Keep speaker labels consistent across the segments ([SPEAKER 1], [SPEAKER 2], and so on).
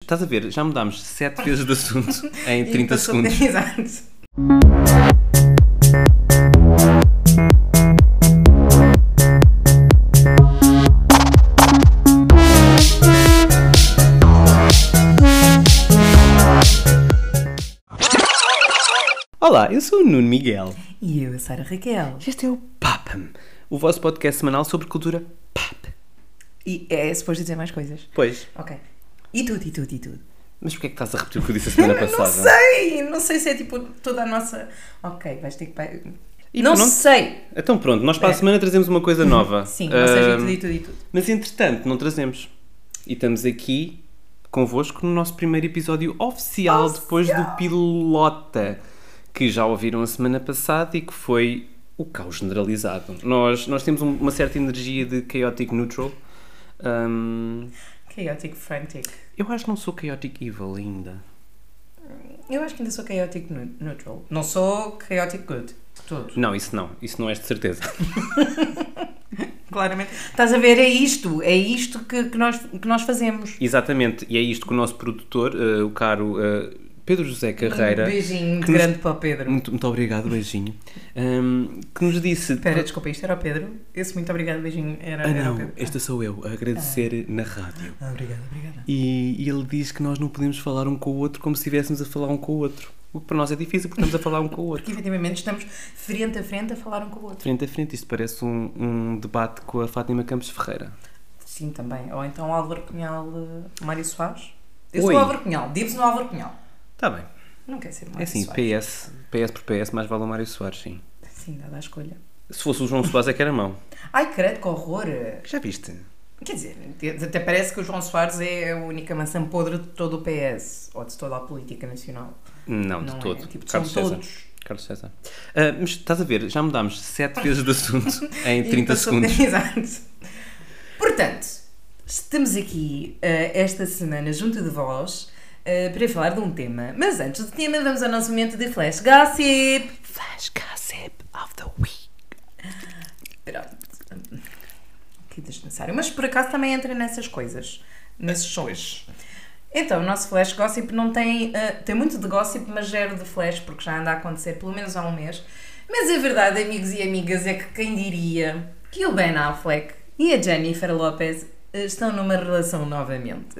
[SPEAKER 1] Estás a ver, já mudámos sete vezes de assunto É em 30 segundos.
[SPEAKER 2] Exato.
[SPEAKER 1] Olá, eu sou o Nuno Miguel.
[SPEAKER 2] E eu, a Sara Raquel.
[SPEAKER 1] Este é o Papam, o vosso podcast semanal sobre cultura pop.
[SPEAKER 2] E é suposto dizer mais coisas.
[SPEAKER 1] Pois,
[SPEAKER 2] Ok. E tudo, e tudo, e tudo.
[SPEAKER 1] mas porquê é que estás a repetir o que eu disse a semana
[SPEAKER 2] Não
[SPEAKER 1] passada?
[SPEAKER 2] sei, não sei se é tipo toda a nossa. Ok, vais ter que. pa-
[SPEAKER 1] E
[SPEAKER 2] não
[SPEAKER 1] pronto.
[SPEAKER 2] sei.
[SPEAKER 1] Então pronto, nós para a
[SPEAKER 2] É.
[SPEAKER 1] semana trazemos uma coisa nova.
[SPEAKER 2] Sim, ou seja, e
[SPEAKER 1] Ahm,
[SPEAKER 2] tudo, e tudo, e tudo.
[SPEAKER 1] Mas entretanto, não trazemos. E estamos aqui convosco no nosso primeiro episódio oficial, depois do Pilota, que já ouviram a semana passada e que foi o caos generalizado. Nós, nós temos um- uma certa energia de chaotic neutral. Hum,
[SPEAKER 2] Chaotic Frantic.
[SPEAKER 1] eu acho que não sou chaotic evil ainda.
[SPEAKER 2] Eu acho que ainda sou chaotic nu- neutral. Não sou chaotic good. De todo.
[SPEAKER 1] Não, isso não. Isso não és de certeza.
[SPEAKER 2] Claramente. Estás a ver? É isto. É isto que, que, nós, que nós fazemos.
[SPEAKER 1] Exatamente. E é isto que o nosso produtor, eh, o caro eh, Pedro José Carreira...
[SPEAKER 2] Um
[SPEAKER 1] que
[SPEAKER 2] beijinho
[SPEAKER 1] nos- um
[SPEAKER 2] grande para o Pedro.
[SPEAKER 1] Muito, muito obrigado, beijinho. Hum, que nos disse...
[SPEAKER 2] Espera, desculpa, isto era o Pedro. Esse muito obrigado, beijinho. Era,
[SPEAKER 1] Ah,
[SPEAKER 2] era o
[SPEAKER 1] não,
[SPEAKER 2] Pedro.
[SPEAKER 1] esta sou eu, a agradecer na rádio.
[SPEAKER 2] Ah, obrigada, obrigada.
[SPEAKER 1] E, e ele diz que nós não podemos falar um com o outro como se estivéssemos a falar um com o outro. O que para nós é difícil, porque estamos a falar um com o outro.
[SPEAKER 2] Porque efetivamente estamos frente a frente a falar um com o outro.
[SPEAKER 1] Frente a frente, isto parece um, um debate com a Fátima Campos Ferreira.
[SPEAKER 2] Sim, também. Ou então Álvaro Cunhal, eh, Mário Soares. Eu
[SPEAKER 1] Oi.
[SPEAKER 2] sou Álvaro Cunhal. Dives no Álvaro Cunhal. Tá
[SPEAKER 1] Está bem.
[SPEAKER 2] Não quer ser Mário
[SPEAKER 1] É assim,
[SPEAKER 2] Soares.
[SPEAKER 1] PS, PS por PS, mais vale o Mário Soares, sim.
[SPEAKER 2] Sim, dada a escolha.
[SPEAKER 1] Se fosse o João Soares é que era mão.
[SPEAKER 2] Ai, credo, que horror.
[SPEAKER 1] Já viste?
[SPEAKER 2] Quer dizer, até parece que o João Soares é a única maçã podre de todo o PS. Ou de toda a política nacional.
[SPEAKER 1] Não, de
[SPEAKER 2] Não é,
[SPEAKER 1] todo.
[SPEAKER 2] tipo, são
[SPEAKER 1] Carlos César.
[SPEAKER 2] todos.
[SPEAKER 1] Carlos César. Ah, mas estás a ver, já mudámos sete vezes de assunto É em 30
[SPEAKER 2] passou-
[SPEAKER 1] segundos.
[SPEAKER 2] Exato. Portanto, estamos aqui eh, esta semana junto de vós eh, para falar de um tema. Mas antes do tema, vamos ao nosso momento de flash gossip.
[SPEAKER 1] Flash Gossip of the Week.
[SPEAKER 2] Pronto. Que desnecessário. Mas por acaso também entra nessas coisas. Nesses sons. Então, o nosso flash gossip não tem. eh, tem muito de gossip, mas zero de flash, porque já anda a acontecer pelo menos há um mês. Mas a verdade, amigos e amigas, é que quem diria que o Ben Affleck e a Jennifer Lopez eh, estão numa relação novamente.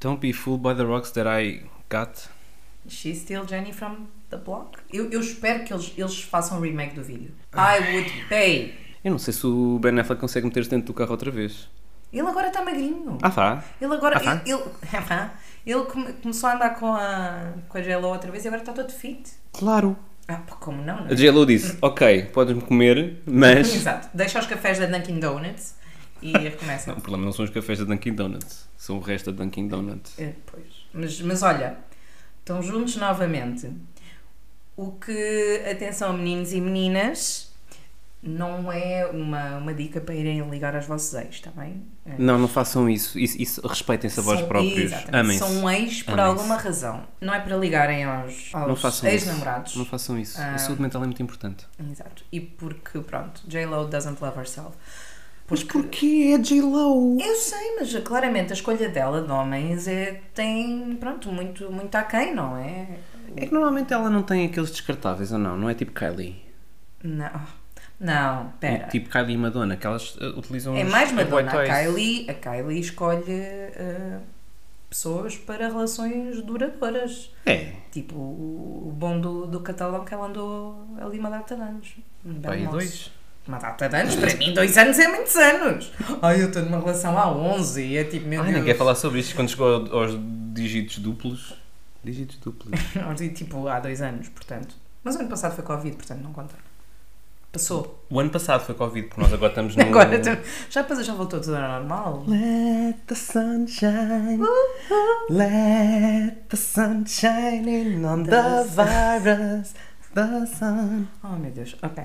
[SPEAKER 1] Don't be fooled by the rocks that I got.
[SPEAKER 2] She's still Jenny from the block? Eu, eu espero que eles, eles façam um remake do vídeo. I would pay.
[SPEAKER 1] Eu não sei se o Ben Affleck consegue meter-se dentro do carro outra vez.
[SPEAKER 2] Ele agora está magrinho.
[SPEAKER 1] Ah, tá.
[SPEAKER 2] Ele agora.
[SPEAKER 1] Aham.
[SPEAKER 2] Ele, ele, ele come- começou a andar com a, com a J.Lo outra vez e agora está todo fit.
[SPEAKER 1] Claro.
[SPEAKER 2] Ah, pô, como não, não
[SPEAKER 1] A
[SPEAKER 2] é?
[SPEAKER 1] J-Lo disse, ok, podes-me comer, mas...
[SPEAKER 2] Exato. Deixa os cafés da Dunkin' Donuts e recomeça.
[SPEAKER 1] O problema não são os cafés da Dunkin' Donuts, são o resto da Dunkin' Donuts.
[SPEAKER 2] É, pois. Mas, mas olha, estão juntos novamente. O que, atenção, meninos e meninas, não é uma, uma dica para irem ligar aos vossos ex, está bem? É.
[SPEAKER 1] Não, não façam isso. Isso, isso- respeitem-se a vós
[SPEAKER 2] São-
[SPEAKER 1] próprios.
[SPEAKER 2] exatamente.
[SPEAKER 1] Amem-se.
[SPEAKER 2] São um ex por
[SPEAKER 1] Amem-se.
[SPEAKER 2] alguma razão. Não é para ligarem aos,
[SPEAKER 1] Não
[SPEAKER 2] aos
[SPEAKER 1] façam isso.
[SPEAKER 2] ex-namorados.
[SPEAKER 1] Não façam isso.
[SPEAKER 2] Ah.
[SPEAKER 1] A saúde mental é muito importante.
[SPEAKER 2] Exato. E porque, pronto, J-Lo doesn't love herself.
[SPEAKER 1] Mas porquê é J-Lo?
[SPEAKER 2] Eu sei, mas claramente a escolha dela de homens é, tem, pronto, muito, muito aquém, não é?
[SPEAKER 1] É que normalmente ela não tem aqueles descartáveis, ou não? Não é tipo Kylie?
[SPEAKER 2] Não, não, pera.
[SPEAKER 1] Tipo Kylie e Madonna, que elas eh, utilizam
[SPEAKER 2] é
[SPEAKER 1] os-
[SPEAKER 2] mais
[SPEAKER 1] os
[SPEAKER 2] Madonna,
[SPEAKER 1] boy
[SPEAKER 2] a
[SPEAKER 1] toys.
[SPEAKER 2] Kylie, a Kylie escolhe ah, pessoas para relações duradouras.
[SPEAKER 1] É,
[SPEAKER 2] Tipo, o o bom do, do catalão que ela andou ali uma data de anos. Um belo
[SPEAKER 1] pai
[SPEAKER 2] moço.
[SPEAKER 1] dois.
[SPEAKER 2] Uma data de anos, para mim, dois anos é muitos anos. Ai, eu estou numa relação há 11 e é tipo, meu
[SPEAKER 1] Ai,
[SPEAKER 2] Deus.
[SPEAKER 1] não quer falar sobre isto quando chegou ao- aos dígitos duplos. Dígitos duplos.
[SPEAKER 2] Aos- e, tipo, há dois anos, portanto. Mas o ano passado foi Covid, portanto não conta. Passou.
[SPEAKER 1] O ano passado foi Covid, porque nós agora estamos no...
[SPEAKER 2] Agora tu- já, passou, já voltou tudo ao normal.
[SPEAKER 1] Let the sunshine, let the sunshine in on the virus, the sun.
[SPEAKER 2] Oh meu Deus,
[SPEAKER 1] Tá.
[SPEAKER 2] ok.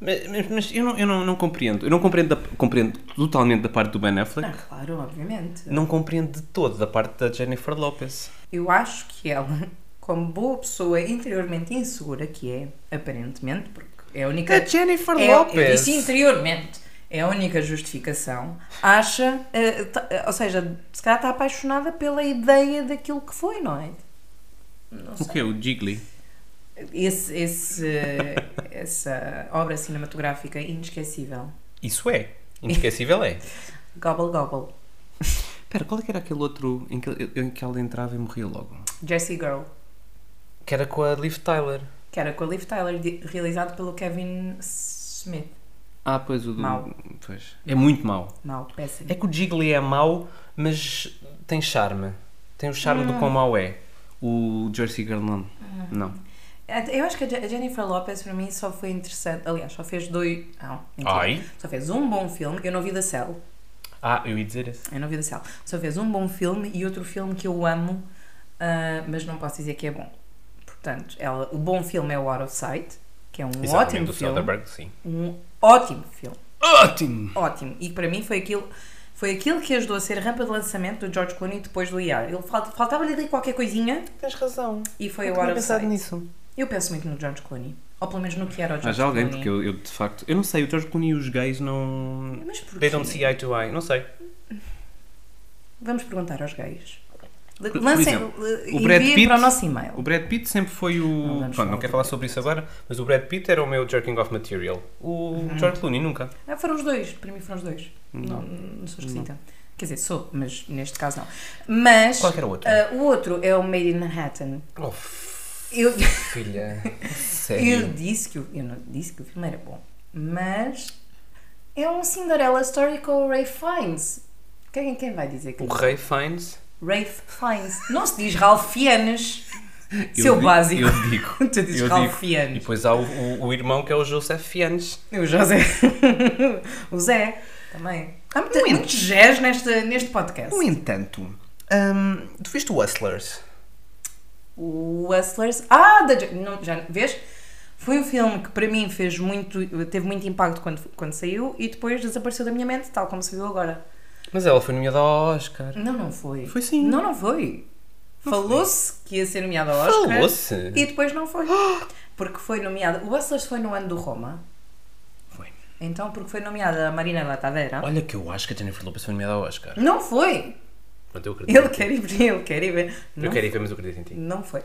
[SPEAKER 1] Mas, mas- mas eu, não, eu não, não compreendo. Eu não compreendo, da- compreendo totalmente da parte do Ben Affleck.
[SPEAKER 2] Ah, claro, obviamente.
[SPEAKER 1] Não compreendo de todo da parte da Jennifer Lopez.
[SPEAKER 2] Eu acho que ela, como boa pessoa interiormente insegura que é, aparentemente, porque é a única.
[SPEAKER 1] Jennifer
[SPEAKER 2] É, eu disse interiormente. é a única justificação, acha, eh, tá- eh, ou seja, se calhar está apaixonada pela ideia daquilo que foi, não é? Não
[SPEAKER 1] O que é o Jiggly?
[SPEAKER 2] Esse, esse, eh, essa obra cinematográfica inesquecível.
[SPEAKER 1] Isso é. Inesquecível é.
[SPEAKER 2] Gobble Gobble.
[SPEAKER 1] Espera, qual é que era aquele outro em que, em que ela entrava e morria logo?
[SPEAKER 2] Jessie Girl,
[SPEAKER 1] Que era com a Liv Tyler.
[SPEAKER 2] que era com a Liv Tyler, di- realizado pelo Kevin Smith.
[SPEAKER 1] Ah, pois o do.
[SPEAKER 2] Mau.
[SPEAKER 1] Pois. É muito mau.
[SPEAKER 2] Mal, péssimo.
[SPEAKER 1] É que o Jiggly é mau, mas tem charme. Tem o charme
[SPEAKER 2] Ah.
[SPEAKER 1] do quão mau é. O Jersey Girl não. Não.
[SPEAKER 2] Eu acho que a Je- a Jennifer Lopez para mim só foi interessante. Aliás, só fez dois. Não, mentira.
[SPEAKER 1] Ai.
[SPEAKER 2] Só fez um bom filme. Eu não vi da Cell.
[SPEAKER 1] Ah, eu ia dizer isso.
[SPEAKER 2] Eu não vi da Cell. Só fez um bom filme e outro filme que eu amo, ah, mas não posso dizer que é bom. Portanto, ela, o bom filme é o Out of Sight, que é um ótimo filme.
[SPEAKER 1] sim.
[SPEAKER 2] Um ótimo filme.
[SPEAKER 1] Ótimo!
[SPEAKER 2] Ótimo. E para mim foi aquilo, foi aquilo que ajudou a ser a rampa de lançamento do George Clooney depois do IAR. Ele falt- faltava-lhe ali qualquer coisinha
[SPEAKER 1] Tens razão.
[SPEAKER 2] e
[SPEAKER 1] Eu
[SPEAKER 2] foi o Out
[SPEAKER 1] tinha
[SPEAKER 2] of
[SPEAKER 1] pensado
[SPEAKER 2] Sight.
[SPEAKER 1] nisso.
[SPEAKER 2] Eu penso muito no George Clooney. Ou pelo menos no que era o George
[SPEAKER 1] Mas já alguém,
[SPEAKER 2] Clooney.
[SPEAKER 1] porque eu, eu, de facto. Eu não sei, o George Clooney e os gays não.
[SPEAKER 2] Mas porquê?
[SPEAKER 1] Deitam-me see eye to eye, não sei.
[SPEAKER 2] Vamos perguntar aos gays.
[SPEAKER 1] Por- por
[SPEAKER 2] Lancem,
[SPEAKER 1] exemplo,
[SPEAKER 2] le-
[SPEAKER 1] o Brad
[SPEAKER 2] enviem
[SPEAKER 1] Pitt-
[SPEAKER 2] para o nosso e-mail.
[SPEAKER 1] O Brad Pitt sempre foi o.
[SPEAKER 2] vamos
[SPEAKER 1] Pronto,
[SPEAKER 2] falar
[SPEAKER 1] não quero
[SPEAKER 2] do
[SPEAKER 1] falar
[SPEAKER 2] Brad
[SPEAKER 1] sobre isso agora, mas o Brad Pitt era o meu jerking off material. O George Clooney nunca.
[SPEAKER 2] Ah, foram os dois, para mim foram os dois.
[SPEAKER 1] Não.
[SPEAKER 2] Não, não sou esquisita. Quer dizer, sou, mas neste caso não. Mas
[SPEAKER 1] Qual que era o outro?
[SPEAKER 2] ah, o outro é o Made in Manhattan.
[SPEAKER 1] Oh,
[SPEAKER 2] Eu,
[SPEAKER 1] filha.
[SPEAKER 2] eu
[SPEAKER 1] Sério.
[SPEAKER 2] disse que o, eu não disse que o filme era bom, mas é um Cinderella Story com o Ray Fiennes. Quem, quem vai dizer que
[SPEAKER 1] O Ray Fiennes.
[SPEAKER 2] Rafe Fiennes. Não se diz Ralph Fiennes,
[SPEAKER 1] Eu
[SPEAKER 2] seu
[SPEAKER 1] di-
[SPEAKER 2] básico.
[SPEAKER 1] Eu digo.
[SPEAKER 2] tu dizes
[SPEAKER 1] eu
[SPEAKER 2] Ralph
[SPEAKER 1] digo. E
[SPEAKER 2] Fiennes.
[SPEAKER 1] depois há o, o- o irmão que é o Joseph Fiennes.
[SPEAKER 2] O José. o Zé também. Há muito,
[SPEAKER 1] Um
[SPEAKER 2] muito jazz neste, neste podcast.
[SPEAKER 1] entanto, hum, tu viste o Hustlers?
[SPEAKER 2] O Hustlers. Ah, da, Jo- não, já vês? Foi um filme que para mim fez muito, teve muito impacto quando, quando saiu e depois desapareceu da minha mente, tal como se viu agora.
[SPEAKER 1] Mas ela foi nomeada ao Oscar.
[SPEAKER 2] Não, não foi.
[SPEAKER 1] Foi sim.
[SPEAKER 2] Não, não foi. Falou-se que ia ser nomeado ao Oscar.
[SPEAKER 1] Falou-se?
[SPEAKER 2] E depois não foi. Porque foi nomeada. O Hustlers foi no ano do Roma.
[SPEAKER 1] Foi.
[SPEAKER 2] Então, porque foi nomeada a Marina Latadeira.
[SPEAKER 1] Olha que eu acho que a Jennifer Lopez foi nomeada ao Oscar.
[SPEAKER 2] Não foi.
[SPEAKER 1] Pronto, eu acredito.
[SPEAKER 2] Ele é.
[SPEAKER 1] em ti.
[SPEAKER 2] quer ir ver. Ele quer ir ver.
[SPEAKER 1] Eu
[SPEAKER 2] Não
[SPEAKER 1] quero ir ver, mas eu acredito em ti.
[SPEAKER 2] Não foi.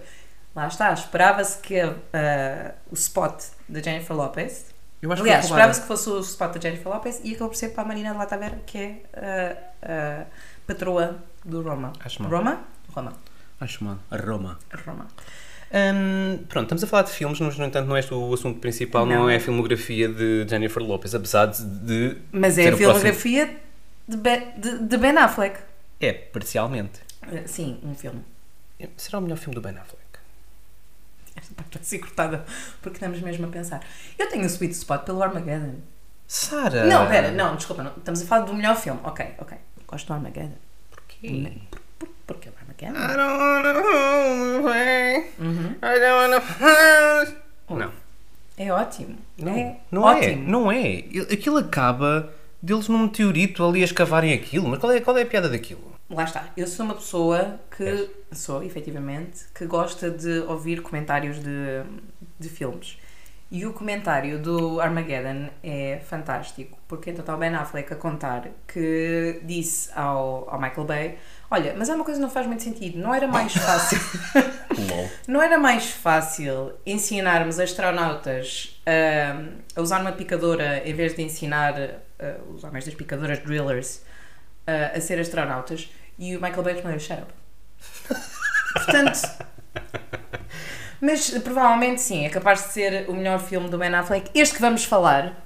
[SPEAKER 2] Lá está, esperava-se que ah, o spot da Jennifer Lopez.
[SPEAKER 1] Eu acho que
[SPEAKER 2] aliás,
[SPEAKER 1] foi roubada.
[SPEAKER 2] esperava-se que fosse o spot da Jennifer Lopez e acabou por ser para a Marina de Latavera, que é a patroa do Roma.
[SPEAKER 1] Acho mal.
[SPEAKER 2] Roma? Roma.
[SPEAKER 1] Acho mal. A Roma.
[SPEAKER 2] Roma.
[SPEAKER 1] Hum, pronto, estamos a falar de filmes, mas no entanto não é este o assunto principal, não,
[SPEAKER 2] Não.
[SPEAKER 1] é a filmografia de Jennifer Lopez, apesar de- de.
[SPEAKER 2] Mas é
[SPEAKER 1] ser
[SPEAKER 2] a
[SPEAKER 1] o próximo-
[SPEAKER 2] filmografia de, Be- de- de Ben Affleck.
[SPEAKER 1] É, parcialmente. É,
[SPEAKER 2] Ah, sim, um filme.
[SPEAKER 1] Será o melhor filme do Ben Affleck?
[SPEAKER 2] Esta parte vai ser cortada porque estamos mesmo a pensar. Eu tenho um sweet spot pelo Armageddon.
[SPEAKER 1] Sara!
[SPEAKER 2] Não, pera, não, desculpa, não. estamos a falar do melhor filme. Ok, ok. Gosto do Armageddon.
[SPEAKER 1] Porquê?
[SPEAKER 2] Porque é o Armageddon.
[SPEAKER 1] I don't wanna hold away.
[SPEAKER 2] Uhum.
[SPEAKER 1] I don't wanna hide. Não,
[SPEAKER 2] É ótimo.
[SPEAKER 1] não,
[SPEAKER 2] é
[SPEAKER 1] não é,
[SPEAKER 2] ótimo.
[SPEAKER 1] não é. Ele- Aquilo acaba deles num meteorito ali a escavarem aquilo, mas qual é, qual é a piada daquilo?
[SPEAKER 2] Lá está. Eu sou uma pessoa que sou, efetivamente, que gosta de ouvir comentários de, de filmes. E o comentário do Armageddon é fantástico, porque então está o Ben Affleck a contar que disse ao, ao Michael Bay: Olha, mas há uma coisa que não faz muito sentido, não era mais fácil.
[SPEAKER 1] LOL.
[SPEAKER 2] Não era mais fácil ensinarmos astronautas ahm, a usar uma picadora em vez de ensinar ah, os homens das picadoras drillers ah, a ser astronautas? E o Michael Bay respondeu: shut up. Portanto. Mas provavelmente sim, é capaz de ser o melhor filme do Ben Affleck. Este que vamos falar.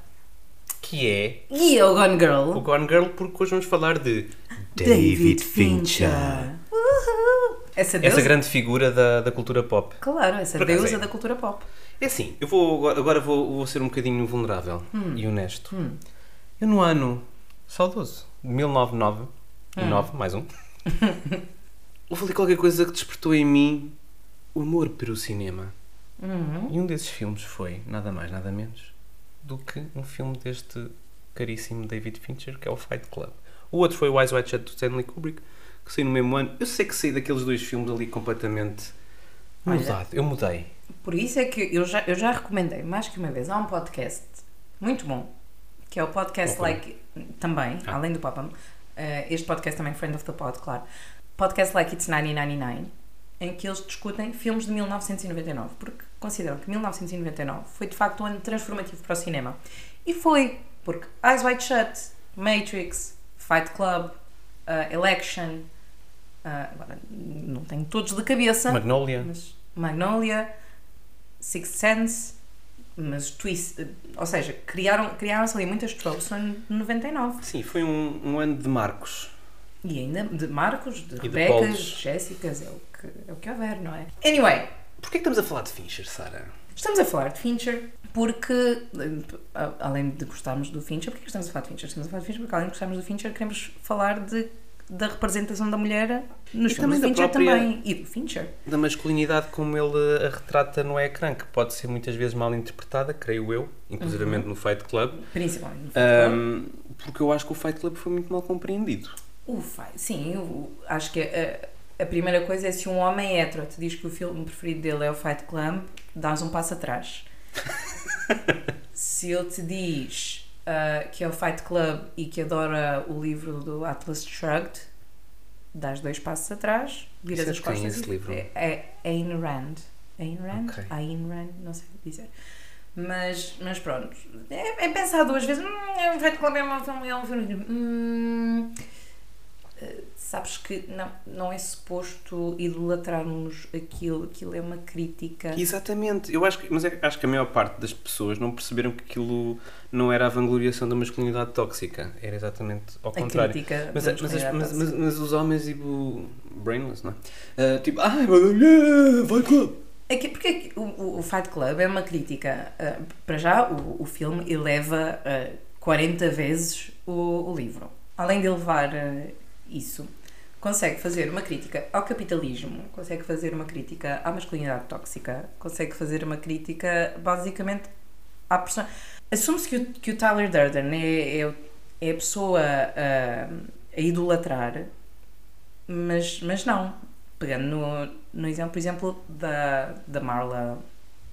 [SPEAKER 1] Que é
[SPEAKER 2] E é o Gone Girl.
[SPEAKER 1] o Gone Girl, porque hoje vamos falar de
[SPEAKER 2] Uhul. Essa deusa.
[SPEAKER 1] Essa grande figura da, da cultura pop.
[SPEAKER 2] Claro, essa
[SPEAKER 1] Por acaso
[SPEAKER 2] deusa
[SPEAKER 1] é.
[SPEAKER 2] da cultura pop.
[SPEAKER 1] É assim, eu vou agora, agora vou, vou ser um bocadinho vulnerável e honesto. Eu no ano saudoso, de 1909, e nove, mais um, houve ali qualquer coisa que despertou em mim o amor pelo cinema.
[SPEAKER 2] Uhum.
[SPEAKER 1] E um desses filmes foi, nada mais, nada menos, do que um filme deste caríssimo David Fincher, que é o Fight Club. O outro foi o Wise Wide Shut, do Stanley Kubrick, que saiu no mesmo ano. Eu sei que saí daqueles dois filmes ali completamente
[SPEAKER 2] Olha.
[SPEAKER 1] mudado. Eu mudei.
[SPEAKER 2] Por isso é que eu já, eu já recomendei mais que uma vez. Há um podcast muito bom que é o podcast
[SPEAKER 1] Popam.
[SPEAKER 2] Like. Também,
[SPEAKER 1] Ah.
[SPEAKER 2] além do Popam. eh, este podcast também, Friend of the Pod, claro. Podcast Like It's 1999, em que eles discutem filmes de 1999, porque consideram que 1999 foi de facto um ano transformativo para o cinema. E foi, porque Eyes Wide Shut, Matrix, Fight Club, eh, Election. eh, agora, não tenho todos de cabeça.
[SPEAKER 1] Magnolia.
[SPEAKER 2] Mas Magnolia, Sixth Sense, mas Twist. eh, Ou seja, criaram- criaram-se ali muitas tropes no ano de 99.
[SPEAKER 1] Sim, foi um, um ano de marcos.
[SPEAKER 2] E ainda de Marcos, de
[SPEAKER 1] de
[SPEAKER 2] Rebecas,
[SPEAKER 1] Paulos.
[SPEAKER 2] Jéssicas, é o, que, é o que houver, não é? Anyway,
[SPEAKER 1] Porquê que estamos a falar de Fincher, Sara?
[SPEAKER 2] estamos a falar de Fincher porque, eh, a- além de gostarmos do Fincher, porquê que estamos a falar de Fincher? Estamos a falar de Fincher porque, além de gostarmos do Fincher, queremos falar de, da representação da mulher nos
[SPEAKER 1] E
[SPEAKER 2] filmes
[SPEAKER 1] também
[SPEAKER 2] do
[SPEAKER 1] da
[SPEAKER 2] Fincher
[SPEAKER 1] própria-
[SPEAKER 2] também. E do Fincher.
[SPEAKER 1] Da masculinidade como ele a retrata no ecrã, que pode ser muitas vezes mal interpretada, creio eu, inclusivamente no Fight Club.
[SPEAKER 2] Principalmente. no futebol.
[SPEAKER 1] Ahm, porque eu acho que o Fight Club foi muito mal compreendido.
[SPEAKER 2] O fa- sim, eu acho que a, a primeira coisa é se um homem hétero te diz que o filme preferido dele é o Fight Club, dás um passo atrás. se ele te diz ah, que é o Fight Club e que adora o livro do Atlas Shrugged, dás dois passos atrás, viras
[SPEAKER 1] Isso é
[SPEAKER 2] as
[SPEAKER 1] de quem,
[SPEAKER 2] costas. e-
[SPEAKER 1] esse livro?
[SPEAKER 2] É, é Ayn Rand. Ayn Rand?
[SPEAKER 1] Ok.
[SPEAKER 2] Ayn Rand, não sei dizer. Mas, mas pronto, é, é pensar duas vezes. Hum, é um Fight Club, é um filme, é um filme. Hum, eh, sabes que não, não é suposto idolatrarmos aquilo, aquilo é uma crítica.
[SPEAKER 1] Exatamente, eu acho que, mas é- acho que a maior parte das pessoas não perceberam que aquilo não era a vangloriação da masculinidade tóxica, era exatamente ao
[SPEAKER 2] a
[SPEAKER 1] contrário.
[SPEAKER 2] crítica.
[SPEAKER 1] Mas,
[SPEAKER 2] da
[SPEAKER 1] mas, as- mas,
[SPEAKER 2] masculinidade
[SPEAKER 1] mas, mas os homens, tipo, brainless, não é? Ah, tipo, ai, ah, vai club.
[SPEAKER 2] Aqui, É porque aqui- o- o, o Fight Club é uma crítica. ah, para já, o, o filme eleva ah, 40 vezes o, o livro. Além de elevar ah, isso, consegue fazer uma crítica ao capitalismo, consegue fazer uma crítica à masculinidade tóxica, consegue fazer uma crítica, basicamente, à persona. Assume-se que o, que o Tyler Durden é, é, o- é a pessoa ah, a idolatrar, mas, mas não. Pegando no, no exemplo, por exemplo, da, da Marla.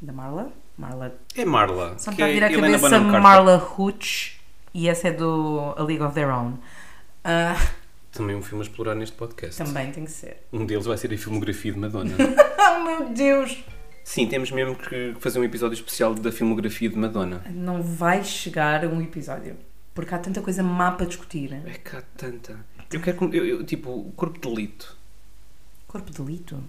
[SPEAKER 2] Da Marla? Marla.
[SPEAKER 1] É Marla.
[SPEAKER 2] Só me
[SPEAKER 1] que
[SPEAKER 2] está a
[SPEAKER 1] é
[SPEAKER 2] vir à
[SPEAKER 1] Helena
[SPEAKER 2] cabeça
[SPEAKER 1] Bonham Carter.
[SPEAKER 2] Marla Hooch e essa é do A League of Their Own. Ah,
[SPEAKER 1] Também um filme a explorar neste podcast.
[SPEAKER 2] também tem que ser.
[SPEAKER 1] Um deles vai ser a filmografia de Madonna.
[SPEAKER 2] Oh meu Deus!
[SPEAKER 1] Sim, temos mesmo que fazer um episódio especial da filmografia de Madonna.
[SPEAKER 2] Não vai chegar a um episódio. Porque há tanta coisa má para discutir.
[SPEAKER 1] É cá tanta. Eu quero. com- Eu, eu, tipo, corpo de delito.
[SPEAKER 2] Corpo de delito?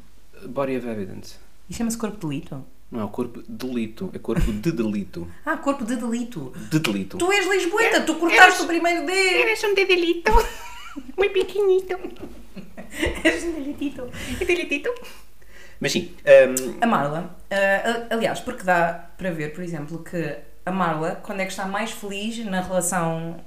[SPEAKER 1] Body of evidence.
[SPEAKER 2] E chama-se corpo de delito?
[SPEAKER 1] Não é o corpo de delito, é corpo de delito.
[SPEAKER 2] Ah, corpo de delito.
[SPEAKER 1] De delito.
[SPEAKER 2] Tu és lisboeta, tu cortaste o primeiro D.
[SPEAKER 3] Eres un dedelito. Muy pequeñito.
[SPEAKER 2] És um delitito.
[SPEAKER 3] Dedelitito.
[SPEAKER 1] Mas sim. hum,
[SPEAKER 2] A Marla, ah, a- aliás, porque dá para ver, por exemplo, que a Marla, quando é que está mais feliz na relação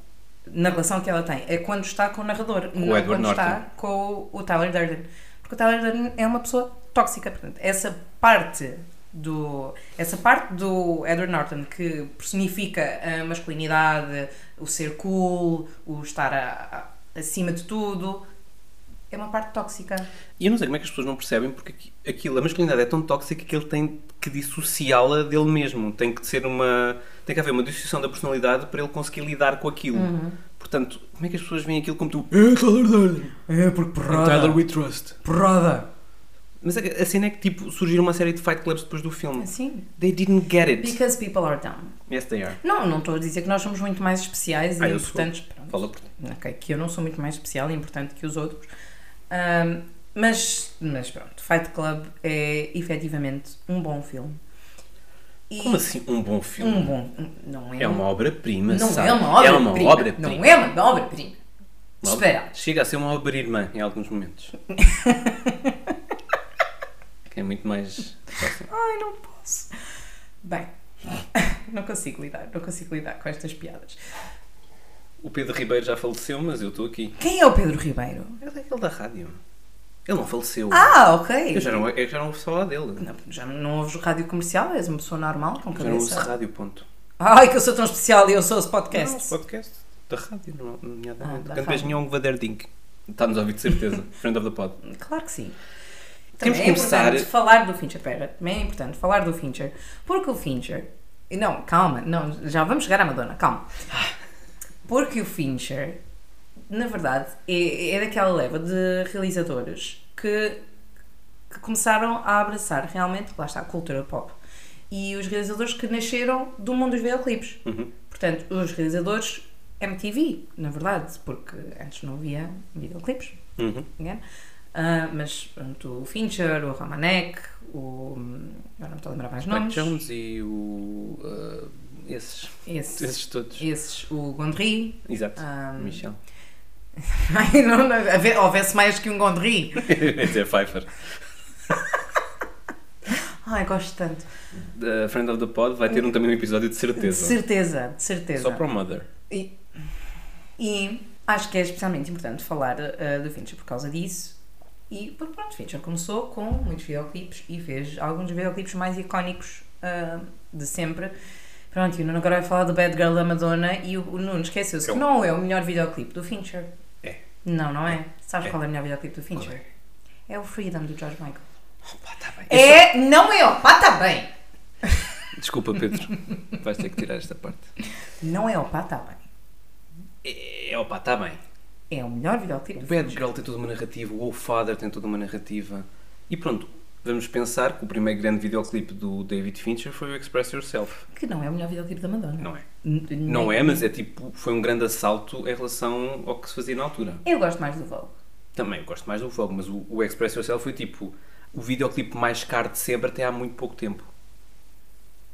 [SPEAKER 2] na relação que ela tem, é quando está com o narrador, não
[SPEAKER 1] Edward
[SPEAKER 2] quando está
[SPEAKER 1] Norton.
[SPEAKER 2] com o, o Tyler Durden. Porque o Tyler Durden é uma pessoa tóxica, portanto, essa parte do essa parte do Edward Norton que personifica a masculinidade, o ser cool, o estar a- a- acima de tudo, é uma parte tóxica.
[SPEAKER 1] e eu não sei como é que as pessoas não percebem, porque aqui- aquilo, a masculinidade é tão tóxica que ele tem que dissociá-la dele mesmo. Tem que ser uma. Tem que haver uma dissociação da personalidade para ele conseguir lidar com aquilo.
[SPEAKER 2] Hum.
[SPEAKER 1] Portanto, como é que as pessoas veem aquilo como tu. É, Tyler Durden.
[SPEAKER 2] É, porque
[SPEAKER 1] And Tyler We Trust.
[SPEAKER 2] Porrada!
[SPEAKER 1] Mas a, a cena é que tipo, surgiram uma série de fight clubs depois do filme.
[SPEAKER 2] Assim?
[SPEAKER 1] They didn't get it.
[SPEAKER 2] Because people are dumb.
[SPEAKER 1] Yes, they are.
[SPEAKER 2] Não, não estou a dizer que nós somos muito mais especiais e
[SPEAKER 1] Ah, eu sou.
[SPEAKER 2] importantes. Pronto.
[SPEAKER 1] Fala por ti.
[SPEAKER 2] Ok, que eu não sou muito mais especial e importante que os outros. Ahm, mas, mas pronto, Fight Club é efetivamente um bom filme. E
[SPEAKER 1] Como assim um bom filme?
[SPEAKER 2] Um bom. Não é,
[SPEAKER 1] É uma obra-prima,
[SPEAKER 2] não
[SPEAKER 1] sabe?
[SPEAKER 2] é uma obra.
[SPEAKER 1] É uma obra-prima.
[SPEAKER 2] Não é uma obra-prima.
[SPEAKER 1] Uma obra-
[SPEAKER 2] Espera.
[SPEAKER 1] Chega a ser uma obra-irmã em alguns momentos. que é muito mais. fácil.
[SPEAKER 2] Ai, não posso. Bem, não consigo lidar, não consigo lidar com estas piadas.
[SPEAKER 1] O Pedro Ribeiro já faleceu, mas eu estou aqui.
[SPEAKER 2] Quem é o Pedro Ribeiro?
[SPEAKER 1] Ele é aquele da rádio. Ele não faleceu.
[SPEAKER 2] Ah, ok.
[SPEAKER 1] Eu já não, eu já não ouço falar dele.
[SPEAKER 2] Não, já não ouves rádio comercial, és uma pessoa normal, com
[SPEAKER 1] já não ouço
[SPEAKER 2] cabeça.
[SPEAKER 1] rádio, ponto.
[SPEAKER 2] Ai, que eu sou tão especial e eu sou esse podcast.
[SPEAKER 1] Não, podcast da rádio, não,
[SPEAKER 2] Ah,
[SPEAKER 1] nomeadamente.
[SPEAKER 2] da
[SPEAKER 1] Ah, Canto
[SPEAKER 2] rádio.
[SPEAKER 1] Beijinho Vaderdink. Está-nos a ouvir de certeza. Friend of the Pod.
[SPEAKER 2] Claro que sim.
[SPEAKER 1] Temos
[SPEAKER 2] Também
[SPEAKER 1] que
[SPEAKER 2] é
[SPEAKER 1] começar-
[SPEAKER 2] importante falar do Fincher. Pera, também é importante falar do Fincher. Porque o Fincher. Não, calma, não, já vamos chegar à Madonna, calma. Porque o Fincher, na verdade, é, é daquela leva de realizadores que, que começaram a abraçar realmente, lá está, a cultura pop. E os realizadores que nasceram do mundo dos videoclipes.
[SPEAKER 1] Uhum.
[SPEAKER 2] Portanto, os realizadores MTV, na verdade, porque antes não havia videoclipes.
[SPEAKER 1] Uhum.
[SPEAKER 2] Né? Ah, mas pronto, o Fincher, o Ramanek, o. Agora não estou a lembrar mais
[SPEAKER 1] Spike
[SPEAKER 2] nomes.
[SPEAKER 1] Jones e o. ah, esses.
[SPEAKER 2] Esses,
[SPEAKER 1] Esses todos.
[SPEAKER 2] esses, o Gondry.
[SPEAKER 1] Exato.
[SPEAKER 2] ah,
[SPEAKER 1] Michel.
[SPEAKER 2] Ai, não, não, houve- houvesse mais que um Gondry.
[SPEAKER 1] Esse é Pfeiffer.
[SPEAKER 2] Ai, gosto tanto.
[SPEAKER 1] The Friend of the Pod vai ter um, também um episódio de
[SPEAKER 2] De
[SPEAKER 1] certeza.
[SPEAKER 2] certeza, de certeza.
[SPEAKER 1] Só para o Mother.
[SPEAKER 2] E, e acho que é especialmente importante falar ah, do Fincher por causa disso. E porque pronto, Fincher começou com muitos videoclipes e fez alguns videoclipes mais icónicos ah, de sempre. Pronto, e o Nuno agora vai falar do Bad Girl da Madonna e o, o Nuno esqueceu-se que
[SPEAKER 1] Eu-
[SPEAKER 2] não é o melhor videoclipe do Fincher.
[SPEAKER 1] É.
[SPEAKER 2] Não, não é? Sabes
[SPEAKER 1] É.
[SPEAKER 2] qual é o melhor videoclipe do Fincher? É o Freedom do George Michael.
[SPEAKER 1] Opa, tá bem.
[SPEAKER 2] É, não é opá, tá bem.
[SPEAKER 1] Desculpa, Pedro. Vais ter que tirar esta parte.
[SPEAKER 2] Não é opá, tá bem.
[SPEAKER 1] É, opa, está bem.
[SPEAKER 2] É o melhor
[SPEAKER 1] O
[SPEAKER 2] videoclipe.
[SPEAKER 1] Bad Girl tem toda uma narrativa, o Oh Father tem toda uma narrativa. E pronto, vamos pensar que o primeiro grande videoclipe do David Fincher foi o Express Yourself.
[SPEAKER 2] Que não é o melhor videoclipe da Madonna.
[SPEAKER 1] Não é?
[SPEAKER 2] N- n-
[SPEAKER 1] Não é, mas é tipo, foi um grande assalto em relação ao que se fazia na altura.
[SPEAKER 2] Eu gosto mais do Vogue.
[SPEAKER 1] Também eu gosto mais do Vogue, mas o, o Express Yourself foi tipo o videoclipe mais caro de sempre até há muito pouco tempo.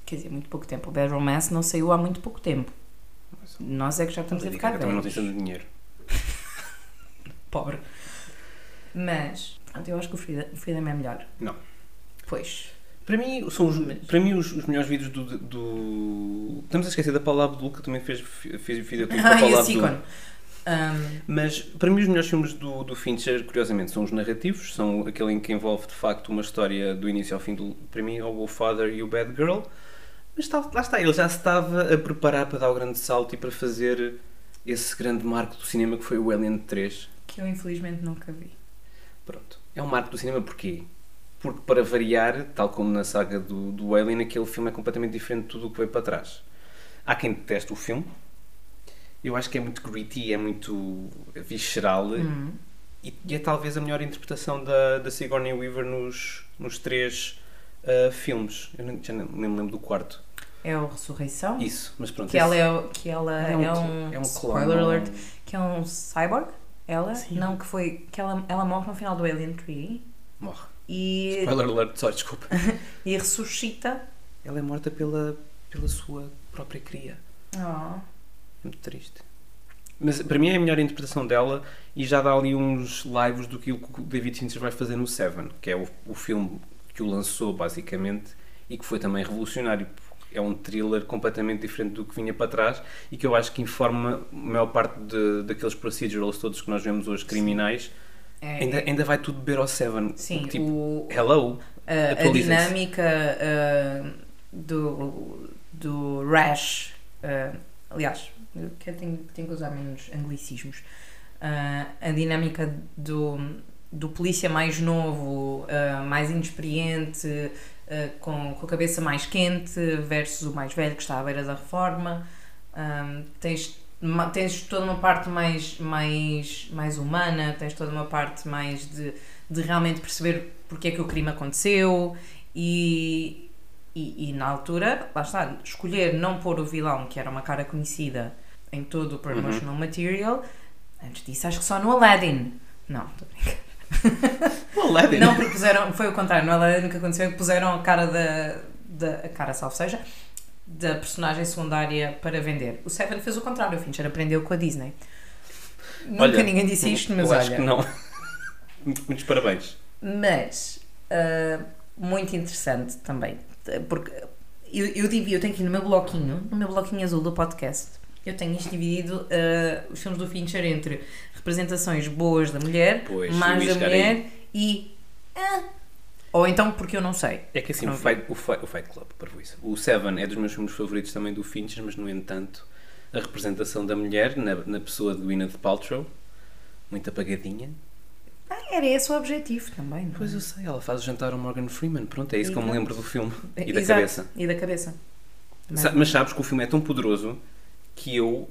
[SPEAKER 2] Quer dizer, muito pouco tempo. O Bad Romance não saiu há muito pouco tempo.
[SPEAKER 1] Mas,
[SPEAKER 2] Nós é que já estamos a
[SPEAKER 1] Lady
[SPEAKER 2] ficar
[SPEAKER 1] Gaga também não tem
[SPEAKER 2] velhos.
[SPEAKER 1] tanto dinheiro.
[SPEAKER 2] Pobre. Mas, pronto, eu acho que o Freedom, o Freedom é melhor.
[SPEAKER 1] Não.
[SPEAKER 2] Pois.
[SPEAKER 1] Para mim, são os, para mim os, os melhores vídeos do, do. Estamos a esquecer da Paula Abdul, que também fez, fez videoclipe com a
[SPEAKER 2] Ah, e Um,
[SPEAKER 1] Paula
[SPEAKER 2] esse
[SPEAKER 1] Abdul.
[SPEAKER 2] ícone. Ahm,
[SPEAKER 1] Mas para mim os melhores filmes do, do Fincher, curiosamente, são os narrativos, são aquele em que envolve de facto uma história do início ao fim do. Para mim, é o Wolf Father e o Bad Girl. Mas está- lá está, ele já se estava a preparar para dar o grande salto e para fazer esse grande marco do cinema que foi o Alien 3.
[SPEAKER 2] que eu infelizmente nunca vi.
[SPEAKER 1] Pronto. É um marco do cinema porquê? Porque para variar, tal como na saga do, do Alien, aquele filme é completamente diferente de tudo o que veio para trás. Há quem deteste o filme. Eu acho que é muito gritty, é muito visceral.
[SPEAKER 2] Hum.
[SPEAKER 1] E, e é talvez a melhor interpretação da, da Sigourney Weaver nos, nos três ah, filmes. Eu nem, já nem, nem me lembro do quarto.
[SPEAKER 2] É o Ressurreição.
[SPEAKER 1] Isso, mas pronto.
[SPEAKER 2] Que ela é, o- que ela é, um,
[SPEAKER 1] é um
[SPEAKER 2] spoiler
[SPEAKER 1] clone,
[SPEAKER 2] alert,
[SPEAKER 1] um-
[SPEAKER 2] que é um cyborg. Ela,
[SPEAKER 1] Sim.
[SPEAKER 2] não, que foi, que ela, ela morre no final do Alien 3
[SPEAKER 1] Morre.
[SPEAKER 2] e,
[SPEAKER 1] Spoiler alert, só, desculpa.
[SPEAKER 2] e ressuscita.
[SPEAKER 1] ela é morta pela, pela sua própria cria.
[SPEAKER 2] Oh.
[SPEAKER 1] É muito triste. Mas para mim é a melhor interpretação dela e já dá ali uns lives do que o que o David Fincher vai fazer no Seven, que é o, o filme que o lançou basicamente e que foi também revolucionário. É um thriller completamente diferente do que vinha para trás e que eu acho que informa a maior parte de, daqueles procedurals todos que nós vemos hoje criminais.
[SPEAKER 2] É,
[SPEAKER 1] Ainda, ainda vai tudo beber ao Seven.
[SPEAKER 2] sim,
[SPEAKER 1] tipo,
[SPEAKER 2] o,
[SPEAKER 1] hello.
[SPEAKER 2] eh, a, a
[SPEAKER 1] atualizem-se.
[SPEAKER 2] dinâmica ah, do, do Rash. ah, aliás, eu que- tenho, tenho que usar menos anglicismos. Ah, a dinâmica do, do polícia mais novo, ah, mais inexperiente, ah, com, com a cabeça mais quente, versus o mais velho que está à beira da reforma. Ah, tens, ma- tens toda uma parte mais, mais, mais humana, tens toda uma parte mais de de realmente perceber porque é que o crime aconteceu e, e, e na altura, lá está, escolher não pôr o vilão, que era uma cara conhecida em todo o promotional material, antes disso acho que só no Aladdin. Não, tô a brincar.
[SPEAKER 1] Aladdin.
[SPEAKER 2] não porque puseram, foi o contrário, no Aladdin o que aconteceu é que puseram a cara da, da a cara, salvo seja, da personagem secundária para vender. O Seven fez o contrário, o Fincher aprendeu com a Disney. Nunca
[SPEAKER 1] Olha,
[SPEAKER 2] ninguém disse isto,
[SPEAKER 1] eu
[SPEAKER 2] mas
[SPEAKER 1] acho
[SPEAKER 2] olha.
[SPEAKER 1] que não. Muitos parabéns.
[SPEAKER 2] Mas, ah, muito interessante também, t- porque eu, eu divido, eu tenho aqui no meu bloquinho, no meu bloquinho azul do podcast, eu tenho isto dividido ah, os filmes do Fincher entre representações boas da mulher,
[SPEAKER 1] Pois, eu
[SPEAKER 2] mais da
[SPEAKER 1] ia chegar aí.
[SPEAKER 2] mulher e. ah, ou então porque eu não sei.
[SPEAKER 1] É que assim, o
[SPEAKER 2] Não
[SPEAKER 1] Fight, o, Fight, o Fight Club, para isso. O Seven é dos meus filmes favoritos também do Fincher, mas no entanto, a representação da mulher na, na pessoa de Gwyneth Paltrow, muito apagadinha.
[SPEAKER 2] Ah, era esse o objetivo também. não é?
[SPEAKER 1] Pois eu sei, ela faz o jantar ao Morgan Freeman, pronto, é isso que eu me
[SPEAKER 2] Exato.
[SPEAKER 1] lembro do filme e da
[SPEAKER 2] É, Exato,
[SPEAKER 1] cabeça.
[SPEAKER 2] E da cabeça.
[SPEAKER 1] Sa- Mas sabes é que o filme é tão poderoso que eu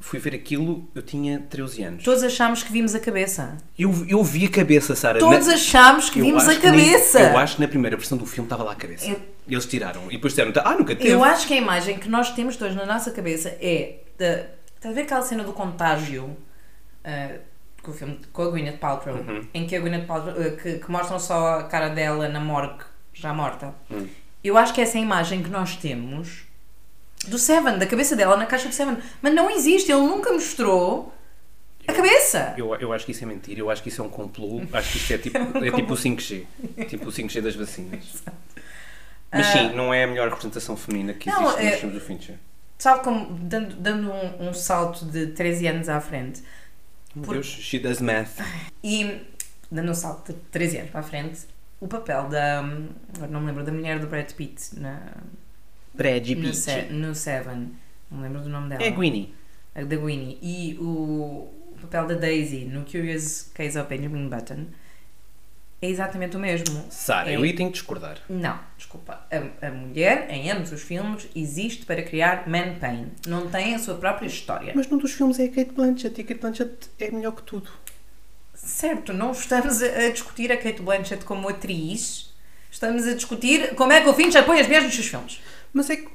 [SPEAKER 1] fui ver aquilo, eu tinha 13 anos.
[SPEAKER 2] Todos achámos que vimos a cabeça.
[SPEAKER 1] Eu, eu vi a cabeça, Sara.
[SPEAKER 2] Todos
[SPEAKER 1] na-
[SPEAKER 2] achámos que
[SPEAKER 1] eu
[SPEAKER 2] vimos a
[SPEAKER 1] acho que nem-
[SPEAKER 2] cabeça.
[SPEAKER 1] eu acho que na primeira versão do filme estava lá a cabeça.
[SPEAKER 2] Eu-
[SPEAKER 1] E Eles tiraram. E depois disseram, ah, nunca teve.
[SPEAKER 2] Eu acho que a imagem que nós temos dois na nossa cabeça é. da- Estás a ver aquela cena do contágio ah, com, o filme, com a Gwyneth Paltrow? Em que a Gwyneth Paltrow. ah, que, que mostram só a cara dela na morgue, já morta. Eu acho que essa é a imagem que nós temos do Seven, da cabeça dela na caixa do Seven. Mas não existe, ele nunca mostrou a cabeça.
[SPEAKER 1] Eu, eu acho que isso é mentira, eu acho que isso é um complô, acho que isso é tipo,
[SPEAKER 2] um
[SPEAKER 1] é tipo o 5G, tipo o 5G das vacinas. Mas sim, não é a melhor representação feminina que
[SPEAKER 2] Ah, Não,
[SPEAKER 1] existe
[SPEAKER 2] é-
[SPEAKER 1] nos filmes do Fincher.
[SPEAKER 2] Sabe como, dando, dando um, um salto de 13 anos à frente,
[SPEAKER 1] Meu
[SPEAKER 2] por-
[SPEAKER 1] Deus, she does math.
[SPEAKER 2] E, dando um salto de 13 anos para a frente, o papel da. Agora não me lembro, da mulher do Brad Pitt na,
[SPEAKER 1] Brad
[SPEAKER 2] no, Se- no Seven. Não me lembro do nome dela.
[SPEAKER 1] É Gwynny.
[SPEAKER 2] A da Winnie. E o, o papel da Daisy no Curious Case of Benjamin Button é exatamente o mesmo.
[SPEAKER 1] Sara,
[SPEAKER 2] É-
[SPEAKER 1] eu aí tenho que discordar.
[SPEAKER 2] Não, desculpa. A, a mulher, em ambos os filmes, existe para criar man pain. Não tem a sua própria história.
[SPEAKER 1] Mas num dos filmes é a Kate Blanchett e a Kate Blanchett é melhor que tudo.
[SPEAKER 2] Certo, não estamos a a discutir a Kate Blanchett como atriz. Estamos a discutir como é que o Fincher põe as mulheres nos seus filmes.
[SPEAKER 1] Mas é que.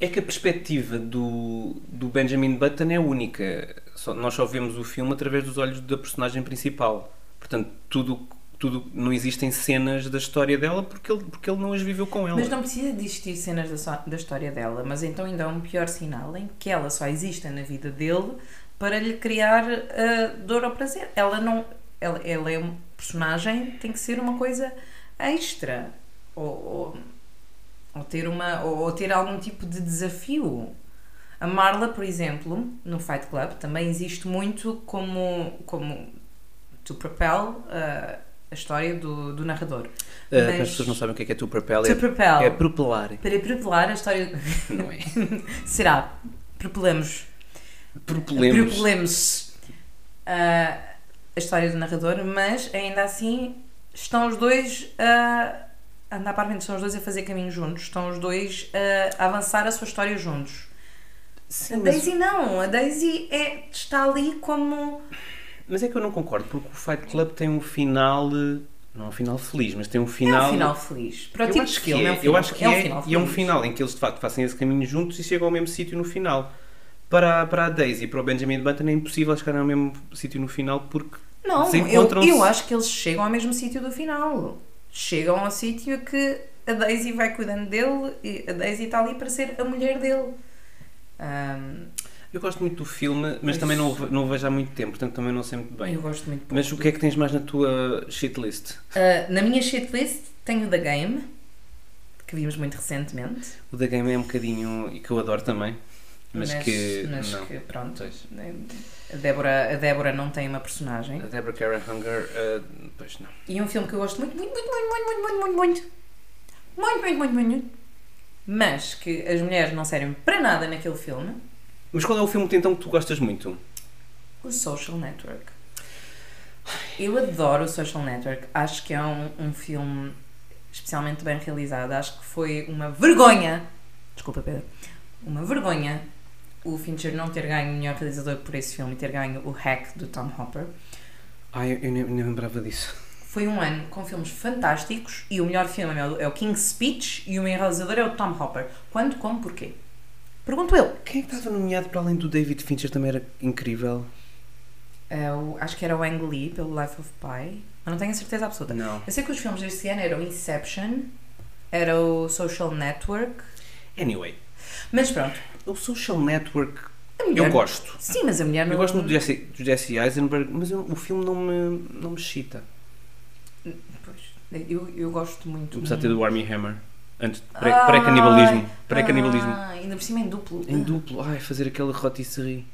[SPEAKER 1] É que a perspectiva do, do Benjamin Button é única. Só- nós só vemos o filme através dos olhos da personagem principal. Portanto, tudo, tudo não existem cenas da história dela porque ele, porque ele não as viveu com ela.
[SPEAKER 2] Mas não precisa de existir cenas da, só- da história dela, mas então ainda há um pior sinal em que ela só existe na vida dele para lhe criar ah, dor ou prazer. Ela não. Ela, ela é um personagem, tem que ser uma coisa extra. Ou, ou, ou ter uma. Ou, ou ter algum tipo de desafio. A Marla, por exemplo, no Fight Club, também existe muito como. como to propel ah, a história do, do narrador.
[SPEAKER 1] Ah, mas
[SPEAKER 2] Mas-
[SPEAKER 1] As pessoas não sabem o que é, que é to propel.
[SPEAKER 2] To
[SPEAKER 1] é,
[SPEAKER 2] propel.
[SPEAKER 1] é propelar.
[SPEAKER 2] Para propelar a história.
[SPEAKER 1] Não é?
[SPEAKER 2] Será? Propelemos.
[SPEAKER 1] Propelemos.
[SPEAKER 2] Propelemos ah, a história do narrador, mas ainda assim estão os dois a andar para a frente, estão os dois a fazer caminho juntos, estão os dois a avançar a sua história juntos.
[SPEAKER 1] Sim,
[SPEAKER 2] a
[SPEAKER 1] mas,
[SPEAKER 2] Daisy não, a Daisy é- está ali como.
[SPEAKER 1] mas é que eu não concordo porque o Fight Club tem um final. eh, Não é um final feliz, mas tem um
[SPEAKER 2] É
[SPEAKER 1] final.
[SPEAKER 2] um final feliz. Para o
[SPEAKER 1] Eu
[SPEAKER 2] tipo
[SPEAKER 1] acho
[SPEAKER 2] de
[SPEAKER 1] que
[SPEAKER 2] filme,
[SPEAKER 1] é,
[SPEAKER 2] é um final,
[SPEAKER 1] eu acho que
[SPEAKER 2] é um
[SPEAKER 1] é,
[SPEAKER 2] final
[SPEAKER 1] e é um
[SPEAKER 2] feliz.
[SPEAKER 1] final em que eles de facto fazem esse caminho juntos e chegam ao mesmo sítio no final. Para, a- para a Daisy e para o Benjamin Button é impossível chegar ao mesmo sítio no final porque
[SPEAKER 2] Não, eu,
[SPEAKER 1] desencontram-se.
[SPEAKER 2] eu acho que eles chegam ao mesmo sítio do final. Chegam ao sítio que a Daisy vai cuidando dele e a Daisy está ali para ser a mulher dele. Ahm,
[SPEAKER 1] Eu gosto muito do filme, mas,
[SPEAKER 2] Mas-
[SPEAKER 1] também não, o ve- não o vejo há muito tempo, portanto também não sei muito bem.
[SPEAKER 2] eu gosto muito. pouco.
[SPEAKER 1] Mas o que é que tens mais na tua shitlist?
[SPEAKER 2] Ah, na minha shitlist tenho o The Game, que vimos muito recentemente.
[SPEAKER 1] O da Game é um bocadinho. e que eu adoro também, mas, que.
[SPEAKER 2] mas
[SPEAKER 1] não.
[SPEAKER 2] que, pronto. né,
[SPEAKER 1] Pois.
[SPEAKER 2] A Débora, a Débora não tem uma personagem.
[SPEAKER 1] A Deborah Kara Hunger, eh, pois não.
[SPEAKER 2] E um filme que eu gosto muito, muito, muito, muito, muito, muito, muito, muito, muito, muito, muito, muito, muito, mas que as mulheres não servem para nada naquele filme,
[SPEAKER 1] Mas qual é o filme que então que tu gostas muito?
[SPEAKER 2] o Social Network. Eu adoro o Social Network, acho que é um, um filme especialmente bem realizado, acho que foi uma vergonha, desculpa Pedro, uma vergonha o Fincher não ter ganho o melhor realizador por esse filme e ter ganho o Hack do Tom Hopper.
[SPEAKER 1] Ai, eu, eu nem, nem lembrava disso.
[SPEAKER 2] Foi um ano com filmes fantásticos e o melhor filme é o- é o King's Speech e o meu realizador é o Tom Hopper. Quando, como, porquê? Pergunto eu.
[SPEAKER 1] Quem é que estava nomeado para além do David Fincher também era incrível?
[SPEAKER 2] É o- acho que era o Ang Lee pelo Life of Pi, mas não tenho a certeza absoluta.
[SPEAKER 1] Não.
[SPEAKER 2] Eu sei que os filmes deste ano eram Inception, era o Social Network,
[SPEAKER 1] Anyway,
[SPEAKER 2] mas pronto.
[SPEAKER 1] o Social Network
[SPEAKER 2] a
[SPEAKER 1] eu
[SPEAKER 2] mulher-
[SPEAKER 1] gosto.
[SPEAKER 2] Sim, mas a mulher não.
[SPEAKER 1] Eu gosto muito do Jesse, do Jesse Eisenberg, mas eu- o filme não me, não me chita.
[SPEAKER 2] Pois, eu, eu gosto muito.
[SPEAKER 1] Apesar de ter
[SPEAKER 2] muito.
[SPEAKER 1] do Army Hammer. Antes de pré-
[SPEAKER 2] Ai,
[SPEAKER 1] pré-canibalismo. Pré-canibalismo.
[SPEAKER 2] Ah, ainda por cima em duplo.
[SPEAKER 1] Em duplo. Ai, fazer aquele rotisserie.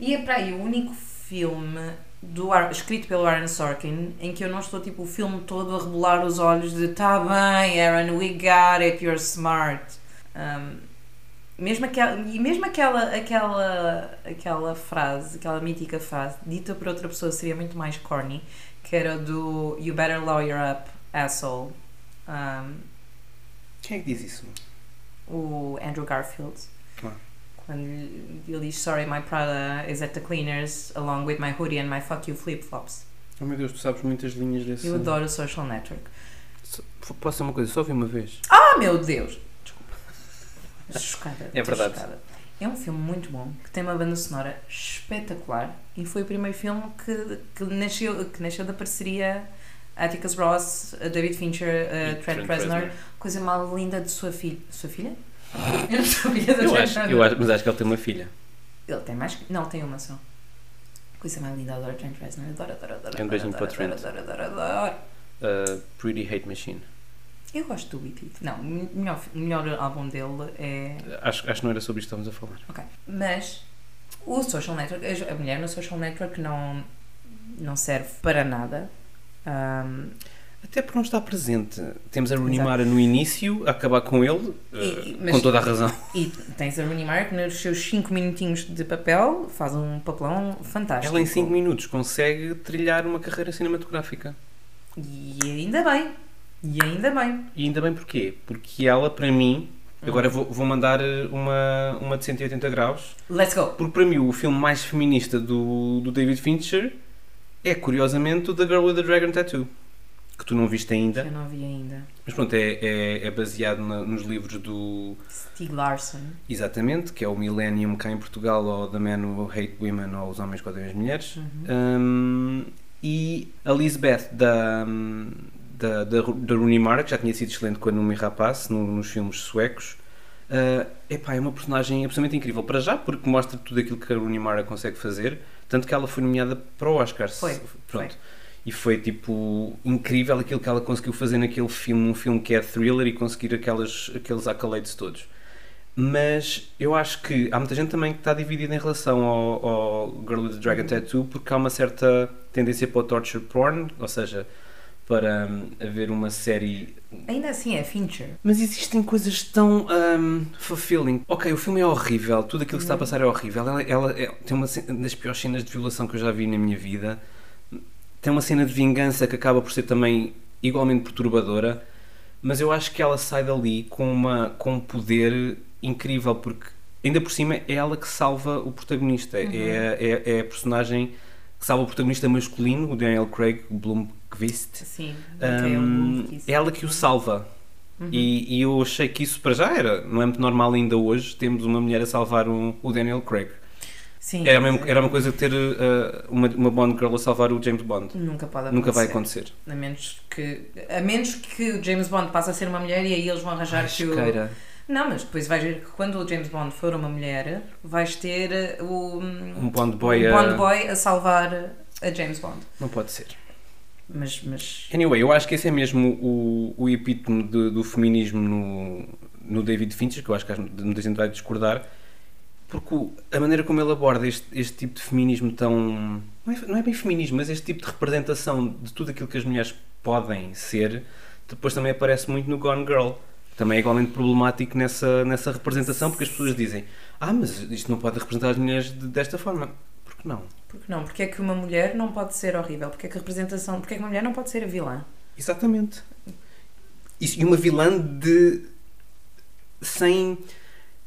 [SPEAKER 2] E é para aí o único filme do Ar- escrito pelo Aaron Sorkin em que eu não estou tipo o filme todo a rebolar os olhos de tá bem, Aaron, we got it, you're smart. Um, mesmo aquela, e mesmo aquela, aquela, aquela frase, aquela mítica frase, dita por outra pessoa seria muito mais corny, que era do You better lawyer up, asshole. Um,
[SPEAKER 1] Quem é que diz isso?
[SPEAKER 2] o Andrew Garfield.
[SPEAKER 1] Claro.
[SPEAKER 2] Quando lhe- ele diz Sorry, my Prada is at the cleaners along with my hoodie and my fuck you flip flops.
[SPEAKER 1] Oh meu Deus, tu sabes muitas linhas desse.
[SPEAKER 2] Eu adoro o social network.
[SPEAKER 1] Só- Posso ser uma coisa, só ouvi uma vez.
[SPEAKER 2] Ah, meu Deus! Desculpa. Chocada.
[SPEAKER 1] É
[SPEAKER 2] estou
[SPEAKER 1] verdade.
[SPEAKER 2] chocada. É um filme muito bom, que tem uma banda sonora espetacular e foi o primeiro filme que, que, nasceu, que nasceu da parceria Atticus Ross, uh, David Fincher, uh,
[SPEAKER 1] E
[SPEAKER 2] Trent
[SPEAKER 1] Trent
[SPEAKER 2] Reznor. Coisa mal linda de sua filha. Sua filha? Eu não sou filha da
[SPEAKER 1] Eu
[SPEAKER 2] Trent
[SPEAKER 1] acho,
[SPEAKER 2] Reznor.
[SPEAKER 1] eu acho, mas acho que ele tem uma filha.
[SPEAKER 2] Ele tem mais. que- Não, tem uma só. Coisa mais linda, adoro Trent Reznor. Adoro, adoro, adoro.
[SPEAKER 1] Um beijinho
[SPEAKER 2] adoro,
[SPEAKER 1] para o
[SPEAKER 2] adoro, Adoro, adoro, adoro.
[SPEAKER 1] Uh, Pretty Hate Machine.
[SPEAKER 2] Eu gosto do Whitty. Não, o melhor, o melhor álbum dele é
[SPEAKER 1] Acho, acho que não era sobre isto que estamos a falar.
[SPEAKER 2] Ok. Mas o social network, a jo- a mulher no social network não, não serve para nada. Ahm,
[SPEAKER 1] Até porque não está presente. Temos a Rooney Mara no início, a acabar com ele,
[SPEAKER 2] E-
[SPEAKER 1] uh,
[SPEAKER 2] mas-
[SPEAKER 1] com toda a razão.
[SPEAKER 2] e tens a Rooney Mara que nos seus 5 minutinhos de papel faz um papelão fantástico.
[SPEAKER 1] Ela em 5 minutos consegue trilhar uma carreira cinematográfica.
[SPEAKER 2] E ainda bem. E ainda bem.
[SPEAKER 1] E ainda bem porquê? Porque ela, para mim, agora vou, vou mandar uh, uma, uma de 180 graus,
[SPEAKER 2] Let's go.
[SPEAKER 1] porque para mim o filme mais feminista do, do David Fincher é, curiosamente, o The Girl with the Dragon Tattoo, que tu não viste ainda.
[SPEAKER 2] Eu não vi ainda.
[SPEAKER 1] Mas pronto, é, é, é baseado na- nos livros do.
[SPEAKER 2] Stieg Larsson.
[SPEAKER 1] Exatamente, que é o Millennium cá em Portugal, ou The Men Who Hate Women, ou Os Homens que Odeiam as Mulheres.
[SPEAKER 2] Uhum.
[SPEAKER 1] Um, e a Lisbeth da, da, da, Ru- da Rooney Mara, que já tinha sido excelente com a Numi Rapaz no- nos filmes suecos. Uh, epá, é uma personagem absolutamente incrível para já, porque mostra tudo aquilo que a Rooney Mara consegue fazer, tanto que ela foi nomeada para o Oscar. se-
[SPEAKER 2] Foi,
[SPEAKER 1] Pronto. E foi tipo incrível aquilo que ela conseguiu fazer naquele filme, um filme que é thriller e conseguir aquelas, aqueles accolades todos. Mas eu acho que há muita gente também que está dividida em relação ao, ao Girl with the Dragon Tattoo porque há uma certa tendência para o torture porn, ou seja, para hum, haver uma série.
[SPEAKER 2] Ainda assim é Fincher.
[SPEAKER 1] Mas existem coisas tão hum, fulfilling. Ok, o filme é horrível, tudo aquilo que se está a passar é horrível. Ela, ela é- tem uma ce- das piores cenas de violação que eu já vi na minha vida. Tem uma cena de vingança que acaba por ser também igualmente perturbadora, mas eu acho que ela sai dali com, uma, com um poder incrível, porque ainda por cima é ela que salva o protagonista. É, a- é, é a personagem que salva o protagonista masculino, o Daniel Craig Blomqvist.
[SPEAKER 2] Sim. ok, é um
[SPEAKER 1] Hum,
[SPEAKER 2] bom isso.
[SPEAKER 1] é ela que o salva.
[SPEAKER 2] Uhum.
[SPEAKER 1] E, e eu achei que isso para já era. Não é muito normal ainda hoje temos uma mulher a salvar um- o Daniel Craig.
[SPEAKER 2] Sim.
[SPEAKER 1] Era, é mesmo, era uma coisa de ter uh, uma, uma Bond Girl a salvar o James Bond.
[SPEAKER 2] Nunca pode acontecer.
[SPEAKER 1] é- Nunca vai acontecer.
[SPEAKER 2] A menos que, a menos que o James Bond passe a ser uma mulher e aí eles vão arranjar que o,
[SPEAKER 1] Queira.
[SPEAKER 2] Não, mas depois vais ver que quando o James Bond for uma mulher, vais ter eh, o um
[SPEAKER 1] Um Bond Boy, a-
[SPEAKER 2] Bond Boy a salvar a James Bond.
[SPEAKER 1] Não pode ser.
[SPEAKER 2] Mas, mas
[SPEAKER 1] Anyway, eu acho que esse é mesmo o, o epítome de- do feminismo no, no David Fincher, que eu acho que muita gente vai discordar, porque o- a maneira como ele aborda este, este tipo de feminismo tão. Não é, não é bem feminismo, mas este tipo de representação de tudo aquilo que as mulheres podem ser, depois também aparece muito no Gone Girl. que Também é igualmente problemático nessa, nessa representação, porque as pessoas dizem: Ah, mas isto não pode representar as mulheres de- desta forma. Porque não?
[SPEAKER 2] porque não? Porque é que uma mulher não pode ser horrível? Porque é que a representação, porque é que uma mulher não pode ser a vilã?
[SPEAKER 1] Exatamente. Isso, e uma vilã de. sem.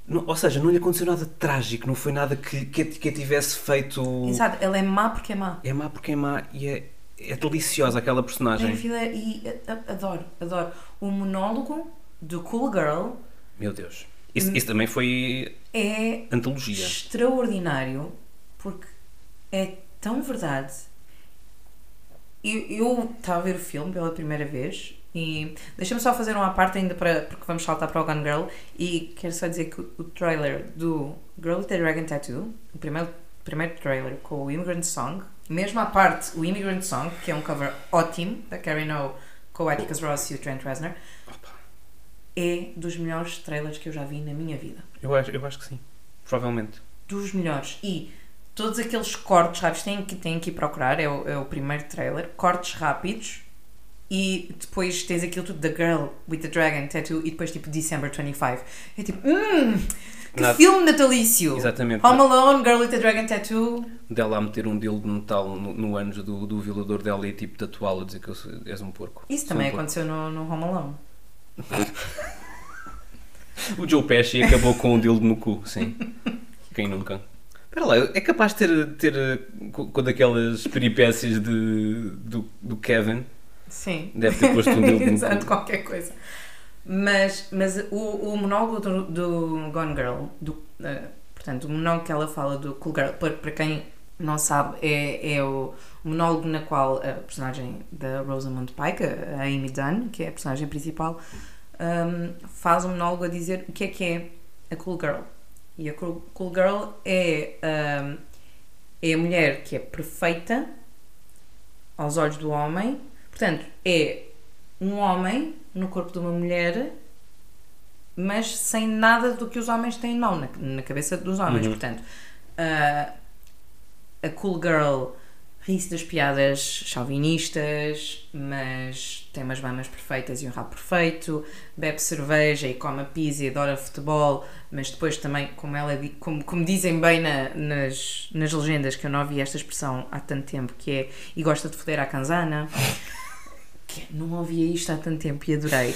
[SPEAKER 1] não- ou seja, não lhe aconteceu nada trágico, não foi nada que, que, a- que a tivesse feito.
[SPEAKER 2] Exato, ela é má porque é má.
[SPEAKER 1] É má porque é má e é, é deliciosa aquela
[SPEAKER 2] Tem
[SPEAKER 1] personagem.
[SPEAKER 2] vida e eh, a- a- adoro, adoro o monólogo do Cool Girl
[SPEAKER 1] Meu Deus. Isso, isso também foi
[SPEAKER 2] é
[SPEAKER 1] antologia.
[SPEAKER 2] extraordinário porque é tão verdade. Eu- Eu estava a ver o filme pela primeira vez e deixa-me só fazer uma parte ainda para, porque vamos saltar para o Gone Girl e quero só dizer que o, o trailer do Girl with the Dragon Tattoo, o primeiro, primeiro trailer com o Immigrant Song, mesmo à parte o Immigrant Song, que é um cover ótimo da Karen O com o Atticus Ross e o Trent Reznor, é dos melhores trailers que eu já vi na minha vida
[SPEAKER 1] Eu acho, eu acho que sim. Provavelmente.
[SPEAKER 2] dos melhores. E todos aqueles cortes rápidos têm que, têm que ir procurar, é o, é o primeiro trailer, cortes rápidos. E depois tens aquilo tudo, The Girl with the Dragon Tattoo, e depois tipo December 25. É tipo, hum, que
[SPEAKER 1] Nada.
[SPEAKER 2] filme natalício!
[SPEAKER 1] Exatamente.
[SPEAKER 2] Home Alone, Girl with the Dragon Tattoo.
[SPEAKER 1] Dela a meter um deal de metal no, no ânus do, do violador dela e tipo tatuá-lo a dizer que eu sou- és um porco.
[SPEAKER 2] Isso
[SPEAKER 1] Sou
[SPEAKER 2] também
[SPEAKER 1] um porco.
[SPEAKER 2] aconteceu no, no Home Alone.
[SPEAKER 1] O Joe Pesci acabou com um dildo no cu, sim. Quem nunca? Espera lá, é capaz de ter, ter eh, co- com daquelas peripécias de, do, do Kevin?
[SPEAKER 2] Sim.
[SPEAKER 1] Deve ter posto um dildo no cu.
[SPEAKER 2] Exato, qualquer coisa. Mas, mas o, o monólogo do, do Gone Girl, do, eh, portanto, o monólogo que ela fala do Cool Girl, para, para quem não sabe, é, é o monólogo na qual a personagem da Rosamund Pike, a a Amy Dunn, que é a personagem principal, ehm, faz um monólogo a dizer o que é que é a Cool Girl. E a Cool, cool Girl é, ehm, é a mulher que é perfeita aos olhos do homem. Portanto, é um homem no corpo de uma mulher, mas sem nada do que os homens têm em mão, na, na cabeça dos homens. Portanto, ah, a cool girl ri-se das piadas chauvinistas, mas tem umas mamas perfeitas e um rabo perfeito, bebe cerveja e come a pizza e adora futebol, mas depois também, como, ela, di- como, como dizem bem na- nas, nas legendas, que eu não ouvi esta expressão há tanto tempo, que é e gosta de foder à canzana. Que não ouvia isto há tanto tempo e adorei.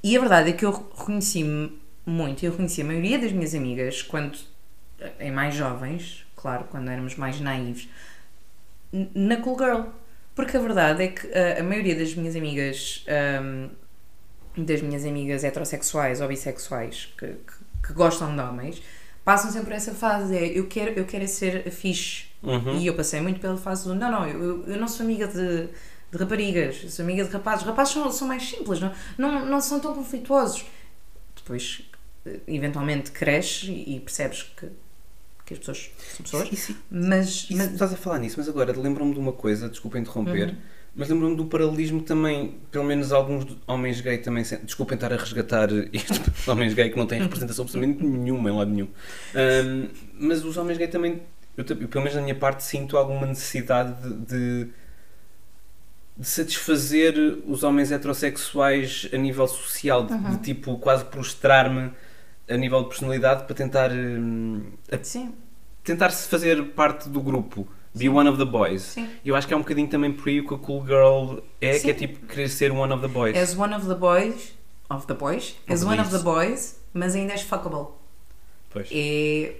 [SPEAKER 2] E a verdade é que eu reconheci-me muito, eu reconheci a maioria das minhas amigas quando em mais jovens, claro, quando éramos mais naivos, n- na Cool Girl. Porque a verdade é que ah, a maioria das minhas amigas ahm, das minhas amigas heterossexuais ou bissexuais que, que- que gostam de homens passam sempre por essa fase é, eu quero eu quero é ser fixe
[SPEAKER 1] Uhum.
[SPEAKER 2] e eu passei muito pela fase do não não eu, eu- eu não sou amiga de, de raparigas eu sou amiga de rapazes rapazes são, são mais simples não, não não são tão conflituosos depois eh, eventualmente cresces e, e percebes que que as pessoas são pessoas
[SPEAKER 1] Isso-
[SPEAKER 2] mas,
[SPEAKER 1] Isso,
[SPEAKER 2] mas
[SPEAKER 1] estás a falar nisso, mas agora lembro-me de uma coisa, desculpa interromper, mas lembro-me do paralelismo que também, pelo menos alguns do- homens gay também sentem. Desculpem estar a resgatar estes homens gay que não têm representação absolutamente nenhuma em lado nenhum. Ahm, mas os homens gay também, eu, ta- eu, pelo menos da minha parte, sinto alguma necessidade de, de- de satisfazer os homens heterossexuais a nível social, de, de tipo quase prostrar-me a nível de personalidade para tentar hum,
[SPEAKER 2] sim
[SPEAKER 1] tentar-se fazer parte do grupo. Be one of the boys.
[SPEAKER 2] Sim.
[SPEAKER 1] Eu acho que é um bocadinho também por aí o que a cool girl é, que é
[SPEAKER 2] Sim. É.
[SPEAKER 1] tipo querer ser one of the boys.
[SPEAKER 2] As one of the boys. Of the boys? As
[SPEAKER 1] Of
[SPEAKER 2] one of
[SPEAKER 1] boys.
[SPEAKER 2] the boys, mas ainda és fuckable.
[SPEAKER 1] Pois.
[SPEAKER 2] É,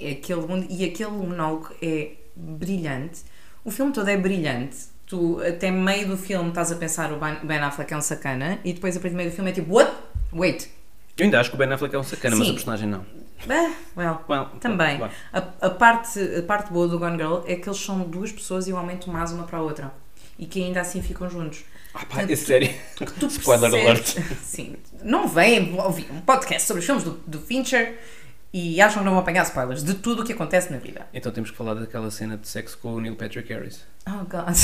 [SPEAKER 2] é aquele mundo. E aquele monólogo é brilhante. O filme todo é brilhante. Tu, até meio do filme, estás a pensar o Ben Ben Affleck é um sacana, e depois a partir do meio do filme é tipo, what? Wait.
[SPEAKER 1] Eu ainda acho que o Ben Affleck é um sacana, mas
[SPEAKER 2] Sim.
[SPEAKER 1] a personagem não.
[SPEAKER 2] Ah, well.
[SPEAKER 1] Well,
[SPEAKER 2] Também.
[SPEAKER 1] well.
[SPEAKER 2] A, a parte, a parte boa do Gone Girl é que eles são duas pessoas e um aumento mais uma para a outra. E que ainda assim ficam juntos.
[SPEAKER 1] Ah, pá,
[SPEAKER 2] Portanto,
[SPEAKER 1] é sério.
[SPEAKER 2] tu
[SPEAKER 1] Spoiler
[SPEAKER 2] percebes- Sim. Não vêm ouvir um podcast sobre os filmes do, do Fincher e acham que não vão apanhar spoilers de tudo o que acontece na vida.
[SPEAKER 1] Então temos que falar daquela cena de sexo com o Neil Patrick Harris.
[SPEAKER 2] Oh, God.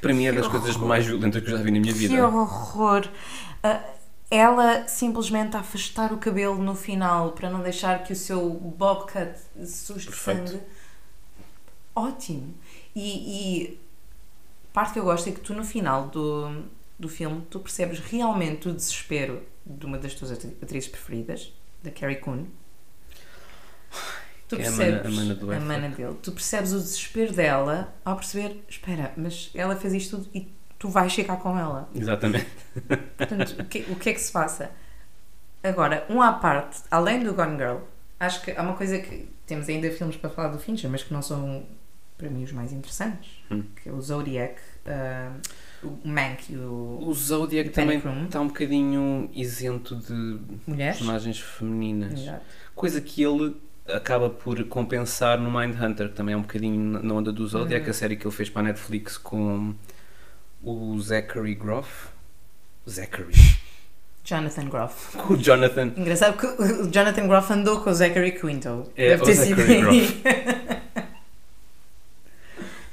[SPEAKER 1] Para mim é das coisas mais violentas que eu já vi na minha
[SPEAKER 2] Que
[SPEAKER 1] vida.
[SPEAKER 2] horror. Ah, ela simplesmente a afastar o cabelo no final para não deixar que o seu bobcat suste
[SPEAKER 1] Perfeito.
[SPEAKER 2] sangue. Ótimo. E, e a parte que eu gosto é que tu no final do, do filme tu percebes realmente o desespero de uma das tuas atri- atrizes preferidas, da Carrie Coon. Tu
[SPEAKER 1] Que é a
[SPEAKER 2] percebes
[SPEAKER 1] mana- a mana do
[SPEAKER 2] a
[SPEAKER 1] Affleck.
[SPEAKER 2] mana dele. Tu percebes o desespero dela ao perceber, espera, mas ela fez isto tudo e tu vais chegar com ela.
[SPEAKER 1] Exatamente.
[SPEAKER 2] Portanto, o que, o que é que se passa? Agora, um à parte, além do Gone Girl, acho que há uma coisa que temos ainda filmes para falar do Fincher, mas que não são para mim os mais interessantes,
[SPEAKER 1] Hum.
[SPEAKER 2] que é o Zodiac, ah, o Mank e o
[SPEAKER 1] O Zodiac
[SPEAKER 2] E
[SPEAKER 1] também
[SPEAKER 2] Panic Room?
[SPEAKER 1] está um bocadinho isento de
[SPEAKER 2] Mulheres.
[SPEAKER 1] personagens femininas.
[SPEAKER 2] Exato.
[SPEAKER 1] Coisa que ele acaba por compensar no Mindhunter, que também é um bocadinho na onda do Zodiac, a série que ele fez para a Netflix com o Zachary Groff. Zachary.
[SPEAKER 2] Jonathan Groff.
[SPEAKER 1] Com o Jonathan.
[SPEAKER 2] Engraçado que o Jonathan Groff andou com o Zachary Quinto.
[SPEAKER 1] É, o Zachary Groff.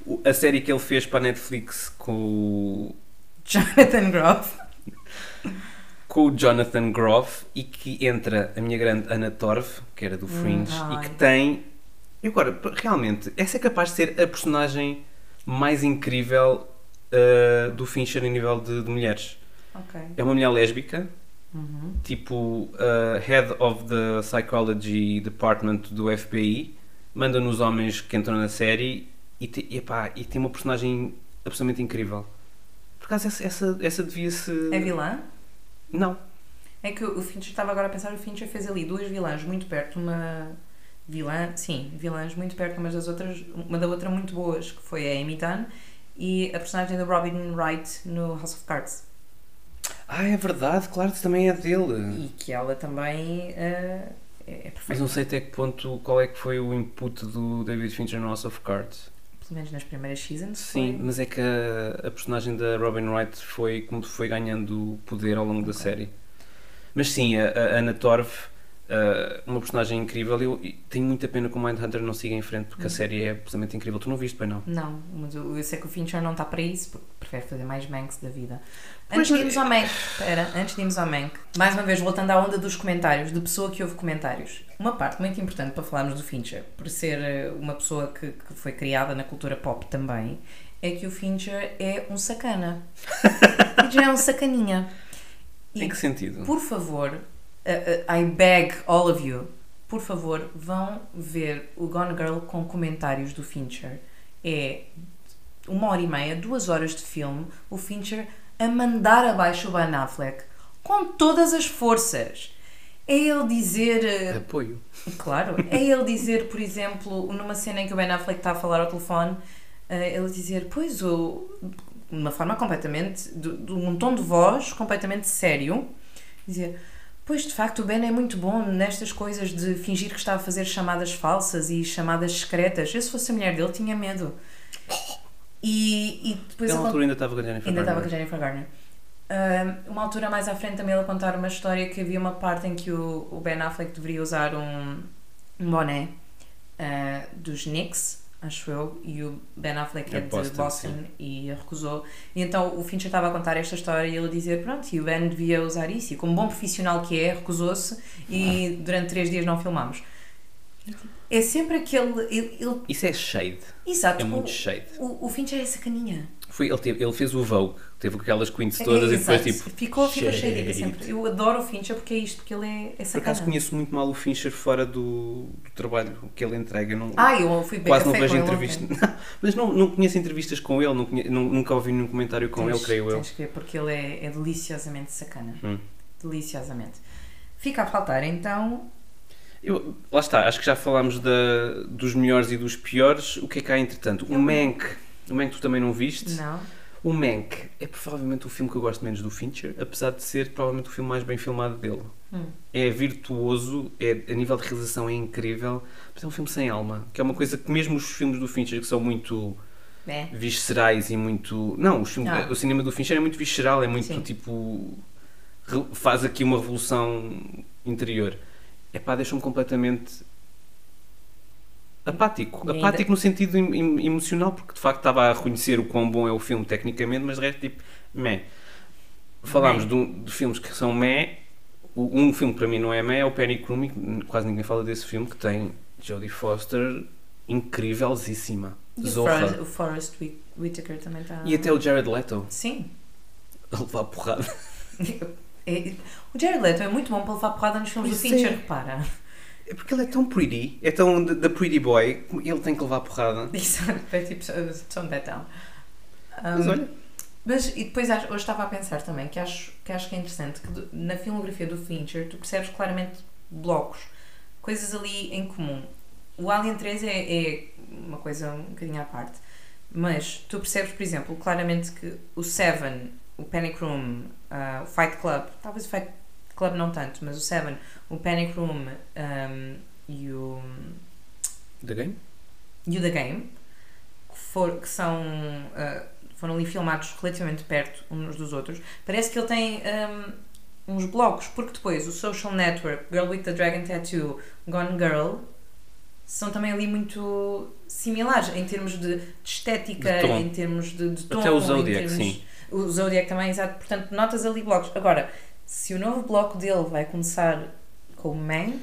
[SPEAKER 1] O- A série que ele fez para a Netflix com, o-
[SPEAKER 2] Jonathan Groff.
[SPEAKER 1] com o Jonathan Groff e que entra a minha grande Ana Torv, que era do Fringe,
[SPEAKER 2] ai.
[SPEAKER 1] e que tem. E agora, p- realmente, essa é capaz de ser a personagem mais incrível ah, do Fincher em nível de- de mulheres.
[SPEAKER 2] Ok.
[SPEAKER 1] É uma mulher lésbica,
[SPEAKER 2] Uhum.
[SPEAKER 1] tipo uh, Head of the Psychology Department do FBI, manda nos homens que entram na série e, te, e, epá, e tem uma personagem absolutamente incrível. Por acaso essa, essa, essa devia-se.
[SPEAKER 2] É vilã?
[SPEAKER 1] Não.
[SPEAKER 2] É que o Fincher estava agora a pensar, o Fincher fez ali duas vilãs muito perto, uma vilã, sim, vilãs muito perto umas das outras, uma da outra muito boas, que foi a Amy Tan e a personagem da Robin Wright no House of Cards.
[SPEAKER 1] Ah, é verdade, claro, isso também é dele.
[SPEAKER 2] E que ela também eh, é é
[SPEAKER 1] Mas
[SPEAKER 2] perfeita,
[SPEAKER 1] não sei até que ponto, qual é que foi o input do David Fincher no House of Cards.
[SPEAKER 2] pelo menos nas primeiras seasons.
[SPEAKER 1] Sim, mas é que a, a personagem da Robin Wright foi como foi ganhando poder ao longo da série. Mas sim, a, a Anna Torv, ah, uma personagem incrível. Eu e tenho muita pena que o Mindhunter não siga em frente
[SPEAKER 2] Hum.
[SPEAKER 1] porque a série é absolutamente incrível. Tu não viste, bem não?
[SPEAKER 2] Não, mas eu eu sei que o Fincher não está para isso, porque prefere fazer mais Manx da vida.
[SPEAKER 1] Pois
[SPEAKER 2] Antes de
[SPEAKER 1] é.
[SPEAKER 2] irmos ao Mank, espera, antes de irmos ao Mank, mais uma vez voltando à onda dos comentários, de pessoa que ouve comentários. Uma parte muito importante para falarmos do Fincher, por ser eh, uma pessoa que, que foi criada na cultura pop também, é que o Fincher é um sacana. E já é um sacaninha. E-
[SPEAKER 1] Em que sentido?
[SPEAKER 2] por favor, uh, uh, I beg all of you, por favor, vão ver o Gone Girl com comentários do Fincher. É uma hora e meia, duas horas de filme, o Fincher a mandar abaixo o Ben Affleck com todas as forças. É ele
[SPEAKER 1] É
[SPEAKER 2] dizer. uh,
[SPEAKER 1] Apoio.
[SPEAKER 2] Claro, é ele dizer, por exemplo, numa cena em que o Ben Affleck está a falar ao telefone, eh, ele dizer, pois, o, de uma forma completamente, de, de um tom de voz completamente sério, dizer, pois de facto o Ben é muito bom nestas coisas de fingir que está a fazer chamadas falsas e chamadas secretas. Eu, se fosse a mulher dele, tinha medo. E, e depois
[SPEAKER 1] Na
[SPEAKER 2] acon-
[SPEAKER 1] altura ainda estava com a Jennifer
[SPEAKER 2] é, Ainda estava com a
[SPEAKER 1] Garner.
[SPEAKER 2] Jennifer Garner. Um, uma altura mais à frente também ele contar uma história que havia uma parte em que o, o Ben Affleck deveria usar um, um boné uh, dos Knicks, acho eu, e o Ben Affleck é,
[SPEAKER 1] É
[SPEAKER 2] de Boston,
[SPEAKER 1] Boston,
[SPEAKER 2] e recusou. E então o Fincher estava a contar esta história e ele dizia, pronto, e o Ben devia usar isso, e como bom profissional que é, recusou-se e durante três dias não filmámos. É sempre aquele. Ele, ele-
[SPEAKER 1] Isso é shade.
[SPEAKER 2] exato,
[SPEAKER 1] É muito
[SPEAKER 2] o,
[SPEAKER 1] shade.
[SPEAKER 2] o, o Fincher é essa caninha.
[SPEAKER 1] Foi, ele, teve- ele fez o Vogue, teve aquelas queens
[SPEAKER 2] É,
[SPEAKER 1] todas e
[SPEAKER 2] exato.
[SPEAKER 1] depois tipo.
[SPEAKER 2] Ficou, ficou
[SPEAKER 1] "Shit".
[SPEAKER 2] cheio de sempre. Eu adoro o Fincher porque é isto, porque ele é, é
[SPEAKER 1] Por acaso
[SPEAKER 2] sacana.
[SPEAKER 1] conheço muito mal o Fincher fora do, do trabalho que ele entrega. eu Não,
[SPEAKER 2] Ah, eu fui beber
[SPEAKER 1] quase não
[SPEAKER 2] café
[SPEAKER 1] vejo
[SPEAKER 2] com ele
[SPEAKER 1] entrevistas.
[SPEAKER 2] ontem.
[SPEAKER 1] Mas não, não conheço entrevistas com ele, não conhe- nu- nunca ouvi nenhum comentário com
[SPEAKER 2] Tens-
[SPEAKER 1] ele, creio eu.
[SPEAKER 2] Tens que ver, porque ele é, é deliciosamente sacana.
[SPEAKER 1] Hum.
[SPEAKER 2] Deliciosamente. Fica a faltar, então...
[SPEAKER 1] Eu- Lá está, acho que já falámos da, dos melhores e dos piores. O que é que há entretanto? O
[SPEAKER 2] Eu-
[SPEAKER 1] Mank. O Mank tu também não viste?
[SPEAKER 2] Não.
[SPEAKER 1] O Mank é provavelmente o filme que eu gosto menos do Fincher, apesar de ser provavelmente o filme mais bem filmado dele.
[SPEAKER 2] Hum.
[SPEAKER 1] É virtuoso, é, a nível de realização é incrível, mas é um filme sem alma, que é uma coisa que mesmo os filmes do Fincher que são muito
[SPEAKER 2] É.
[SPEAKER 1] viscerais e muito. Não, os filmes-
[SPEAKER 2] Ah.
[SPEAKER 1] o cinema do Fincher é muito visceral, é muito
[SPEAKER 2] Sim.
[SPEAKER 1] tipo. re- faz aqui uma revolução interior. É pá, deixa-me completamente. apático.
[SPEAKER 2] E ainda-
[SPEAKER 1] Apático no sentido em- em- emocional, porque de facto estava a reconhecer o quão bom é o filme tecnicamente, mas de resto, tipo, meh. Falámos
[SPEAKER 2] Meh.
[SPEAKER 1] de, um- de filmes que são meh. O- Um filme que para mim não é meh é o Panic Room, e que quase ninguém fala desse filme, que tem Jodie Foster incrívelzíssima.
[SPEAKER 2] E o
[SPEAKER 1] Zorra.
[SPEAKER 2] Forrest, o Forrest Whit- Whitaker também está...
[SPEAKER 1] E até o Jared Leto
[SPEAKER 2] Sim.
[SPEAKER 1] a levar porrada.
[SPEAKER 2] É- o Jared Leto é muito bom para levar porrada nos filmes do
[SPEAKER 1] Pois é.
[SPEAKER 2] Fincher, repara.
[SPEAKER 1] É porque ele é tão pretty, é tão da da pretty boy, que ele tem que levar porrada.
[SPEAKER 2] Exato, é tipo... Tone that down.
[SPEAKER 1] Mas
[SPEAKER 2] Um,
[SPEAKER 1] olha,
[SPEAKER 2] Mas e depois acho- hoje estava a pensar também que acho que, acho que é interessante que do- na filmografia do Fincher tu percebes claramente blocos, coisas ali em comum. O Alien 3 é, é uma coisa um bocadinho à parte, mas tu percebes, por exemplo, claramente que o Seven, o Panic Room, ah, o Fight Club, talvez o Fight Club não tanto, mas o Seven, o Panic Room ahm, e o
[SPEAKER 1] The Game?
[SPEAKER 2] e o The Game, que, for- que são, ah, foram ali filmados relativamente perto uns dos outros, parece que ele tem ahm, uns blocos, porque depois o Social Network, Girl with the Dragon Tattoo, Gone Girl, são também ali muito similares em termos de, de
[SPEAKER 1] De
[SPEAKER 2] estética,
[SPEAKER 1] tom.
[SPEAKER 2] em termos de, de tom.
[SPEAKER 1] Até o
[SPEAKER 2] em
[SPEAKER 1] Zodiac,
[SPEAKER 2] termos-
[SPEAKER 1] sim.
[SPEAKER 2] O Zodiac também, exato. Portanto, notas ali blocos. Agora, se o novo bloco dele vai começar com o Mank,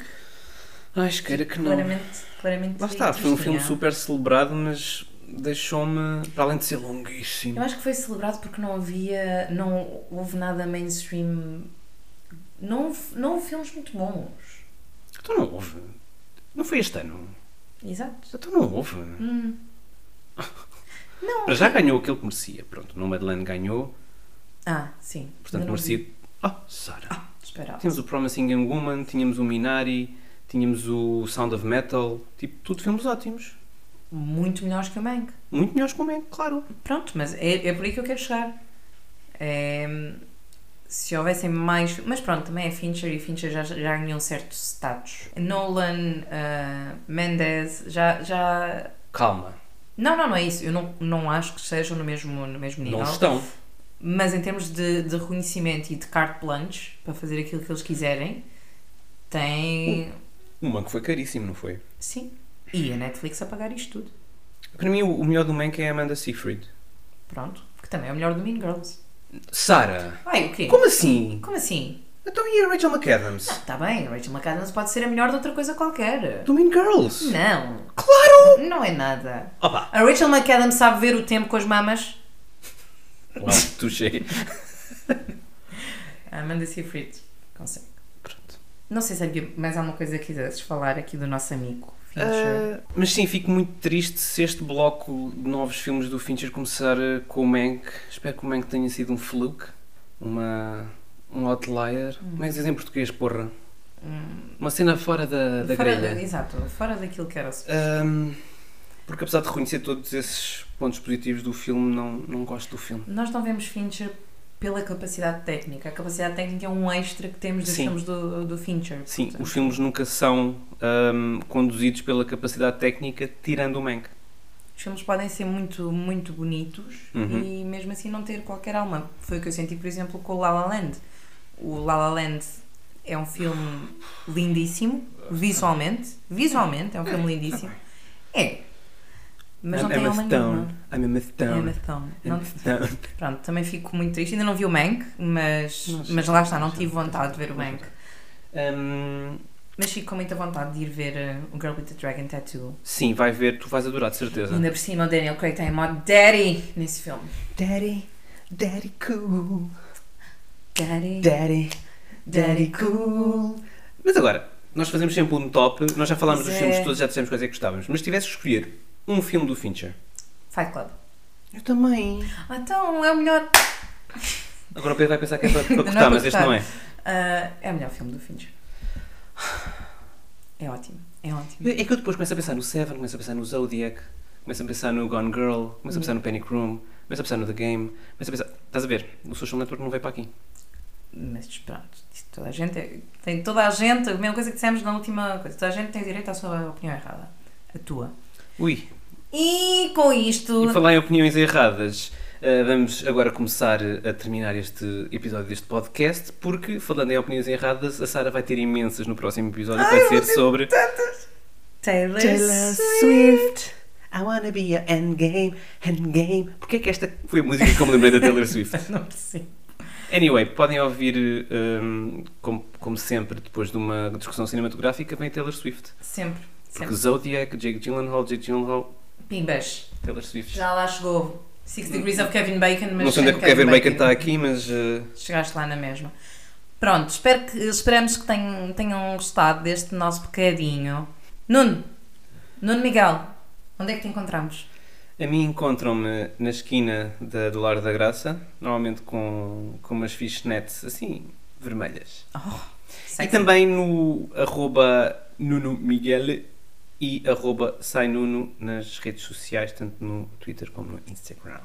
[SPEAKER 1] Ai, esqueira que não.
[SPEAKER 2] claramente, claramente.
[SPEAKER 1] Lá está, foi um filme
[SPEAKER 2] tristinha.
[SPEAKER 1] super celebrado, mas deixou-me, para além de ser longuíssimo.
[SPEAKER 2] Eu acho que foi celebrado porque não havia, não houve nada mainstream, não, houve- não houve filmes muito bons.
[SPEAKER 1] Então não houve. Não foi este ano.
[SPEAKER 2] Exato.
[SPEAKER 1] Então não houve.
[SPEAKER 2] Hum. Não.
[SPEAKER 1] Para já ganhou aquilo que merecia. Pronto, no Madeleine ganhou,
[SPEAKER 2] Ah, sim.
[SPEAKER 1] portanto
[SPEAKER 2] Ainda não vi.
[SPEAKER 1] merecia. Oh, Sara.
[SPEAKER 2] Espera.
[SPEAKER 1] Tínhamos o Promising Young Woman, tínhamos o Minari, Tínhamos o Sound of Metal, tipo, tudo filmes ótimos.
[SPEAKER 2] Muito melhores que o Mank.
[SPEAKER 1] Muito melhores que o Mank, claro.
[SPEAKER 2] Pronto, mas é, é por aí que eu quero chegar. É, se houvessem mais. Mas pronto, também é Fincher e Fincher já, já ganhou um certo status. Nolan, ah, Mendes, já, já.
[SPEAKER 1] Calma,
[SPEAKER 2] Não, não, não é isso. Eu não, não acho que estejam no mesmo, no mesmo nível.
[SPEAKER 1] não estão.
[SPEAKER 2] Mas em termos de, de reconhecimento e de carte blanche para fazer aquilo que eles quiserem, tem.
[SPEAKER 1] O Mank Um foi caríssimo, não foi?
[SPEAKER 2] Sim. E a Netflix a pagar isto tudo.
[SPEAKER 1] Para mim, o o melhor do Mank é a Amanda Seyfried.
[SPEAKER 2] Pronto. Porque também é o melhor do Mean Girls.
[SPEAKER 1] Sara,
[SPEAKER 2] Ai, o quê?
[SPEAKER 1] como assim?
[SPEAKER 2] Como assim?
[SPEAKER 1] Então e a Rachel McAdams?
[SPEAKER 2] Está Tá bem, a Rachel McAdams pode ser a melhor de outra coisa qualquer.
[SPEAKER 1] Do Mean Girls?
[SPEAKER 2] Não,
[SPEAKER 1] Claro!
[SPEAKER 2] não é nada.
[SPEAKER 1] Opa!
[SPEAKER 2] A Rachel McAdams sabe ver o tempo com as mamas.
[SPEAKER 1] Uau, touché.
[SPEAKER 2] A Amanda Seyfried consegue.
[SPEAKER 1] Pronto.
[SPEAKER 2] Não sei se havia mais alguma coisa que quisesses falar aqui do nosso amigo
[SPEAKER 1] Ah,
[SPEAKER 2] Fincher.
[SPEAKER 1] mas sim, fico muito triste se este bloco de novos filmes do Fincher começar ah, com o Mank. Espero que o Mank tenha sido um fluke, uma, um outlier.
[SPEAKER 2] Hum.
[SPEAKER 1] Como é que se diz em português, porra? Uma cena fora da, da
[SPEAKER 2] fora,
[SPEAKER 1] grelha. Eh,
[SPEAKER 2] exato, fora daquilo que era o
[SPEAKER 1] Ahm, porque apesar de reconhecer todos esses pontos positivos do filme, não, não gosto do filme.
[SPEAKER 2] Nós não vemos Fincher pela capacidade técnica. A capacidade técnica é um extra que temos dos
[SPEAKER 1] Sim.
[SPEAKER 2] filmes do, do Fincher.
[SPEAKER 1] Sim,
[SPEAKER 2] portanto.
[SPEAKER 1] os filmes nunca são ahm, conduzidos pela capacidade técnica, tirando o Mank.
[SPEAKER 2] Os filmes podem ser muito, muito bonitos
[SPEAKER 1] Uhum.
[SPEAKER 2] e mesmo assim não ter qualquer alma. Foi o que eu senti, por exemplo, com o La La Land. O La La Land é um filme lindíssimo, visualmente. Visualmente, é um filme lindíssimo. É. Mas não
[SPEAKER 1] I'm
[SPEAKER 2] tem
[SPEAKER 1] Emma
[SPEAKER 2] alma
[SPEAKER 1] Stone.
[SPEAKER 2] nenhuma.
[SPEAKER 1] I'm Emma
[SPEAKER 2] É
[SPEAKER 1] Stone.
[SPEAKER 2] Emma Stone. Não-
[SPEAKER 1] Emma Stone.
[SPEAKER 2] Pronto, também fico muito triste. Ainda não vi o Mank, mas,
[SPEAKER 1] Não sei.
[SPEAKER 2] mas lá está, não tive vontade de ver o Mank.
[SPEAKER 1] Ahm,
[SPEAKER 2] Mas fico com muita vontade de ir ver eh, o Girl with the Dragon Tattoo.
[SPEAKER 1] Sim, vai ver, tu vais adorar, de certeza.
[SPEAKER 2] Ainda por cima, o Daniel Craig tem modo Daddy nesse filme.
[SPEAKER 1] Daddy, daddy cool,
[SPEAKER 2] Daddy.
[SPEAKER 1] daddy, Mas agora, nós fazemos sempre um top, nós já falámos
[SPEAKER 2] Pois
[SPEAKER 1] dos
[SPEAKER 2] é.
[SPEAKER 1] filmes todos, já dissemos quais é que gostávamos, mas se tivesse que escolher um filme do Fincher.
[SPEAKER 2] Fight Club.
[SPEAKER 1] Eu também.
[SPEAKER 2] Ah, Então, é o melhor.
[SPEAKER 1] Agora o Pedro vai pensar que é para, para
[SPEAKER 2] Não é
[SPEAKER 1] cortar,
[SPEAKER 2] para
[SPEAKER 1] mas este
[SPEAKER 2] cortar.
[SPEAKER 1] não é.
[SPEAKER 2] Ah, é o melhor filme do Fincher. É ótimo, é ótimo.
[SPEAKER 1] É que eu depois começo a pensar no Seven, começo a pensar no Zodiac, começo a pensar no Gone Girl, começo a
[SPEAKER 2] Hum.
[SPEAKER 1] pensar no Panic Room, começo a pensar no The Game, começo a pensar. Estás a ver? O Social Network não veio para aqui.
[SPEAKER 2] Mas pronto, isto toda a gente é- tem toda a gente, a mesma coisa que dissemos na última coisa, toda a gente tem direito à sua opinião errada. A tua.
[SPEAKER 1] Ui,
[SPEAKER 2] E com isto.
[SPEAKER 1] E falar em opiniões erradas, eh, vamos agora começar eh, a terminar este episódio deste podcast, porque falando em opiniões erradas, a Sara vai ter imensas no próximo episódio, vai ser sobre.
[SPEAKER 2] Taylor,
[SPEAKER 1] Taylor
[SPEAKER 2] Swift.
[SPEAKER 1] Swift. I wanna be your endgame, endgame. Porquê é que esta foi a música que eu me lembrei da Taylor Swift?
[SPEAKER 2] Não percebo.
[SPEAKER 1] Anyway, podem ouvir, eh, um, como, como sempre, depois de uma discussão cinematográfica, vem Taylor Swift.
[SPEAKER 2] Sempre,
[SPEAKER 1] Porque
[SPEAKER 2] sempre.
[SPEAKER 1] Zodiac, Jake Gyllenhaal, Jake Gyllenhaal,
[SPEAKER 2] Pimbas.
[SPEAKER 1] Taylor Swift.
[SPEAKER 2] Já lá chegou. Six Degrees of Kevin Bacon, mas.
[SPEAKER 1] Não sei onde é que o Kevin Bacon está aqui, mas. eh,
[SPEAKER 2] chegaste lá na mesma. Pronto, espero que, esperamos que tenham, tenham gostado deste nosso bocadinho. Nuno, Nuno Miguel, onde é que te encontramos?
[SPEAKER 1] A mim encontram-me na esquina da, do Lar da Graça, normalmente com, com umas fishnets assim, vermelhas.
[SPEAKER 2] Sexy.
[SPEAKER 1] Oh, E também no arroba Nuno Miguel e arroba Sai Nuno nas redes sociais, tanto no Twitter como no Instagram.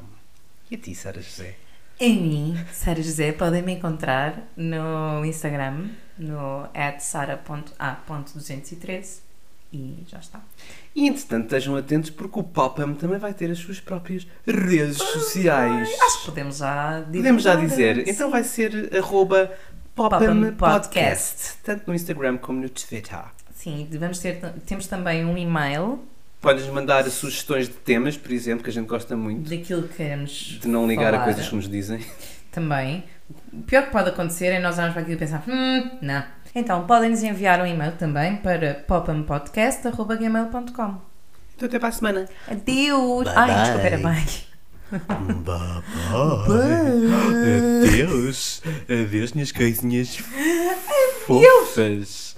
[SPEAKER 1] E a ti, Sara José?
[SPEAKER 2] Em mim, Sara José, podem me encontrar no Instagram, no sara.a.213 e já está.
[SPEAKER 1] E entretanto estejam atentos porque o Popam também vai ter as suas próprias redes sociais.
[SPEAKER 2] Acho que podemos já dizer.
[SPEAKER 1] Podemos já dizer, então vai ser arroba Popam
[SPEAKER 2] Popam
[SPEAKER 1] Podcast, tanto no Instagram como no Twitter.
[SPEAKER 2] Sim, devemos ter, temos também um e-mail
[SPEAKER 1] Podes mandar sugestões de temas, por exemplo, que a gente gosta muito,
[SPEAKER 2] daquilo que queremos
[SPEAKER 1] de não ligar a
[SPEAKER 2] falar.
[SPEAKER 1] coisas que nos dizem.
[SPEAKER 2] Também. O pior que pode acontecer é nós vamos para aqui e pensar, hum, não. Então, podem-nos enviar um e-mail também para popampodcast.gmail.com
[SPEAKER 1] Então até para a semana.
[SPEAKER 2] Adeus! Ai, desculpa, era bem.
[SPEAKER 4] Bye bye. Adeus. Adeus, minhas coisinhas fofas.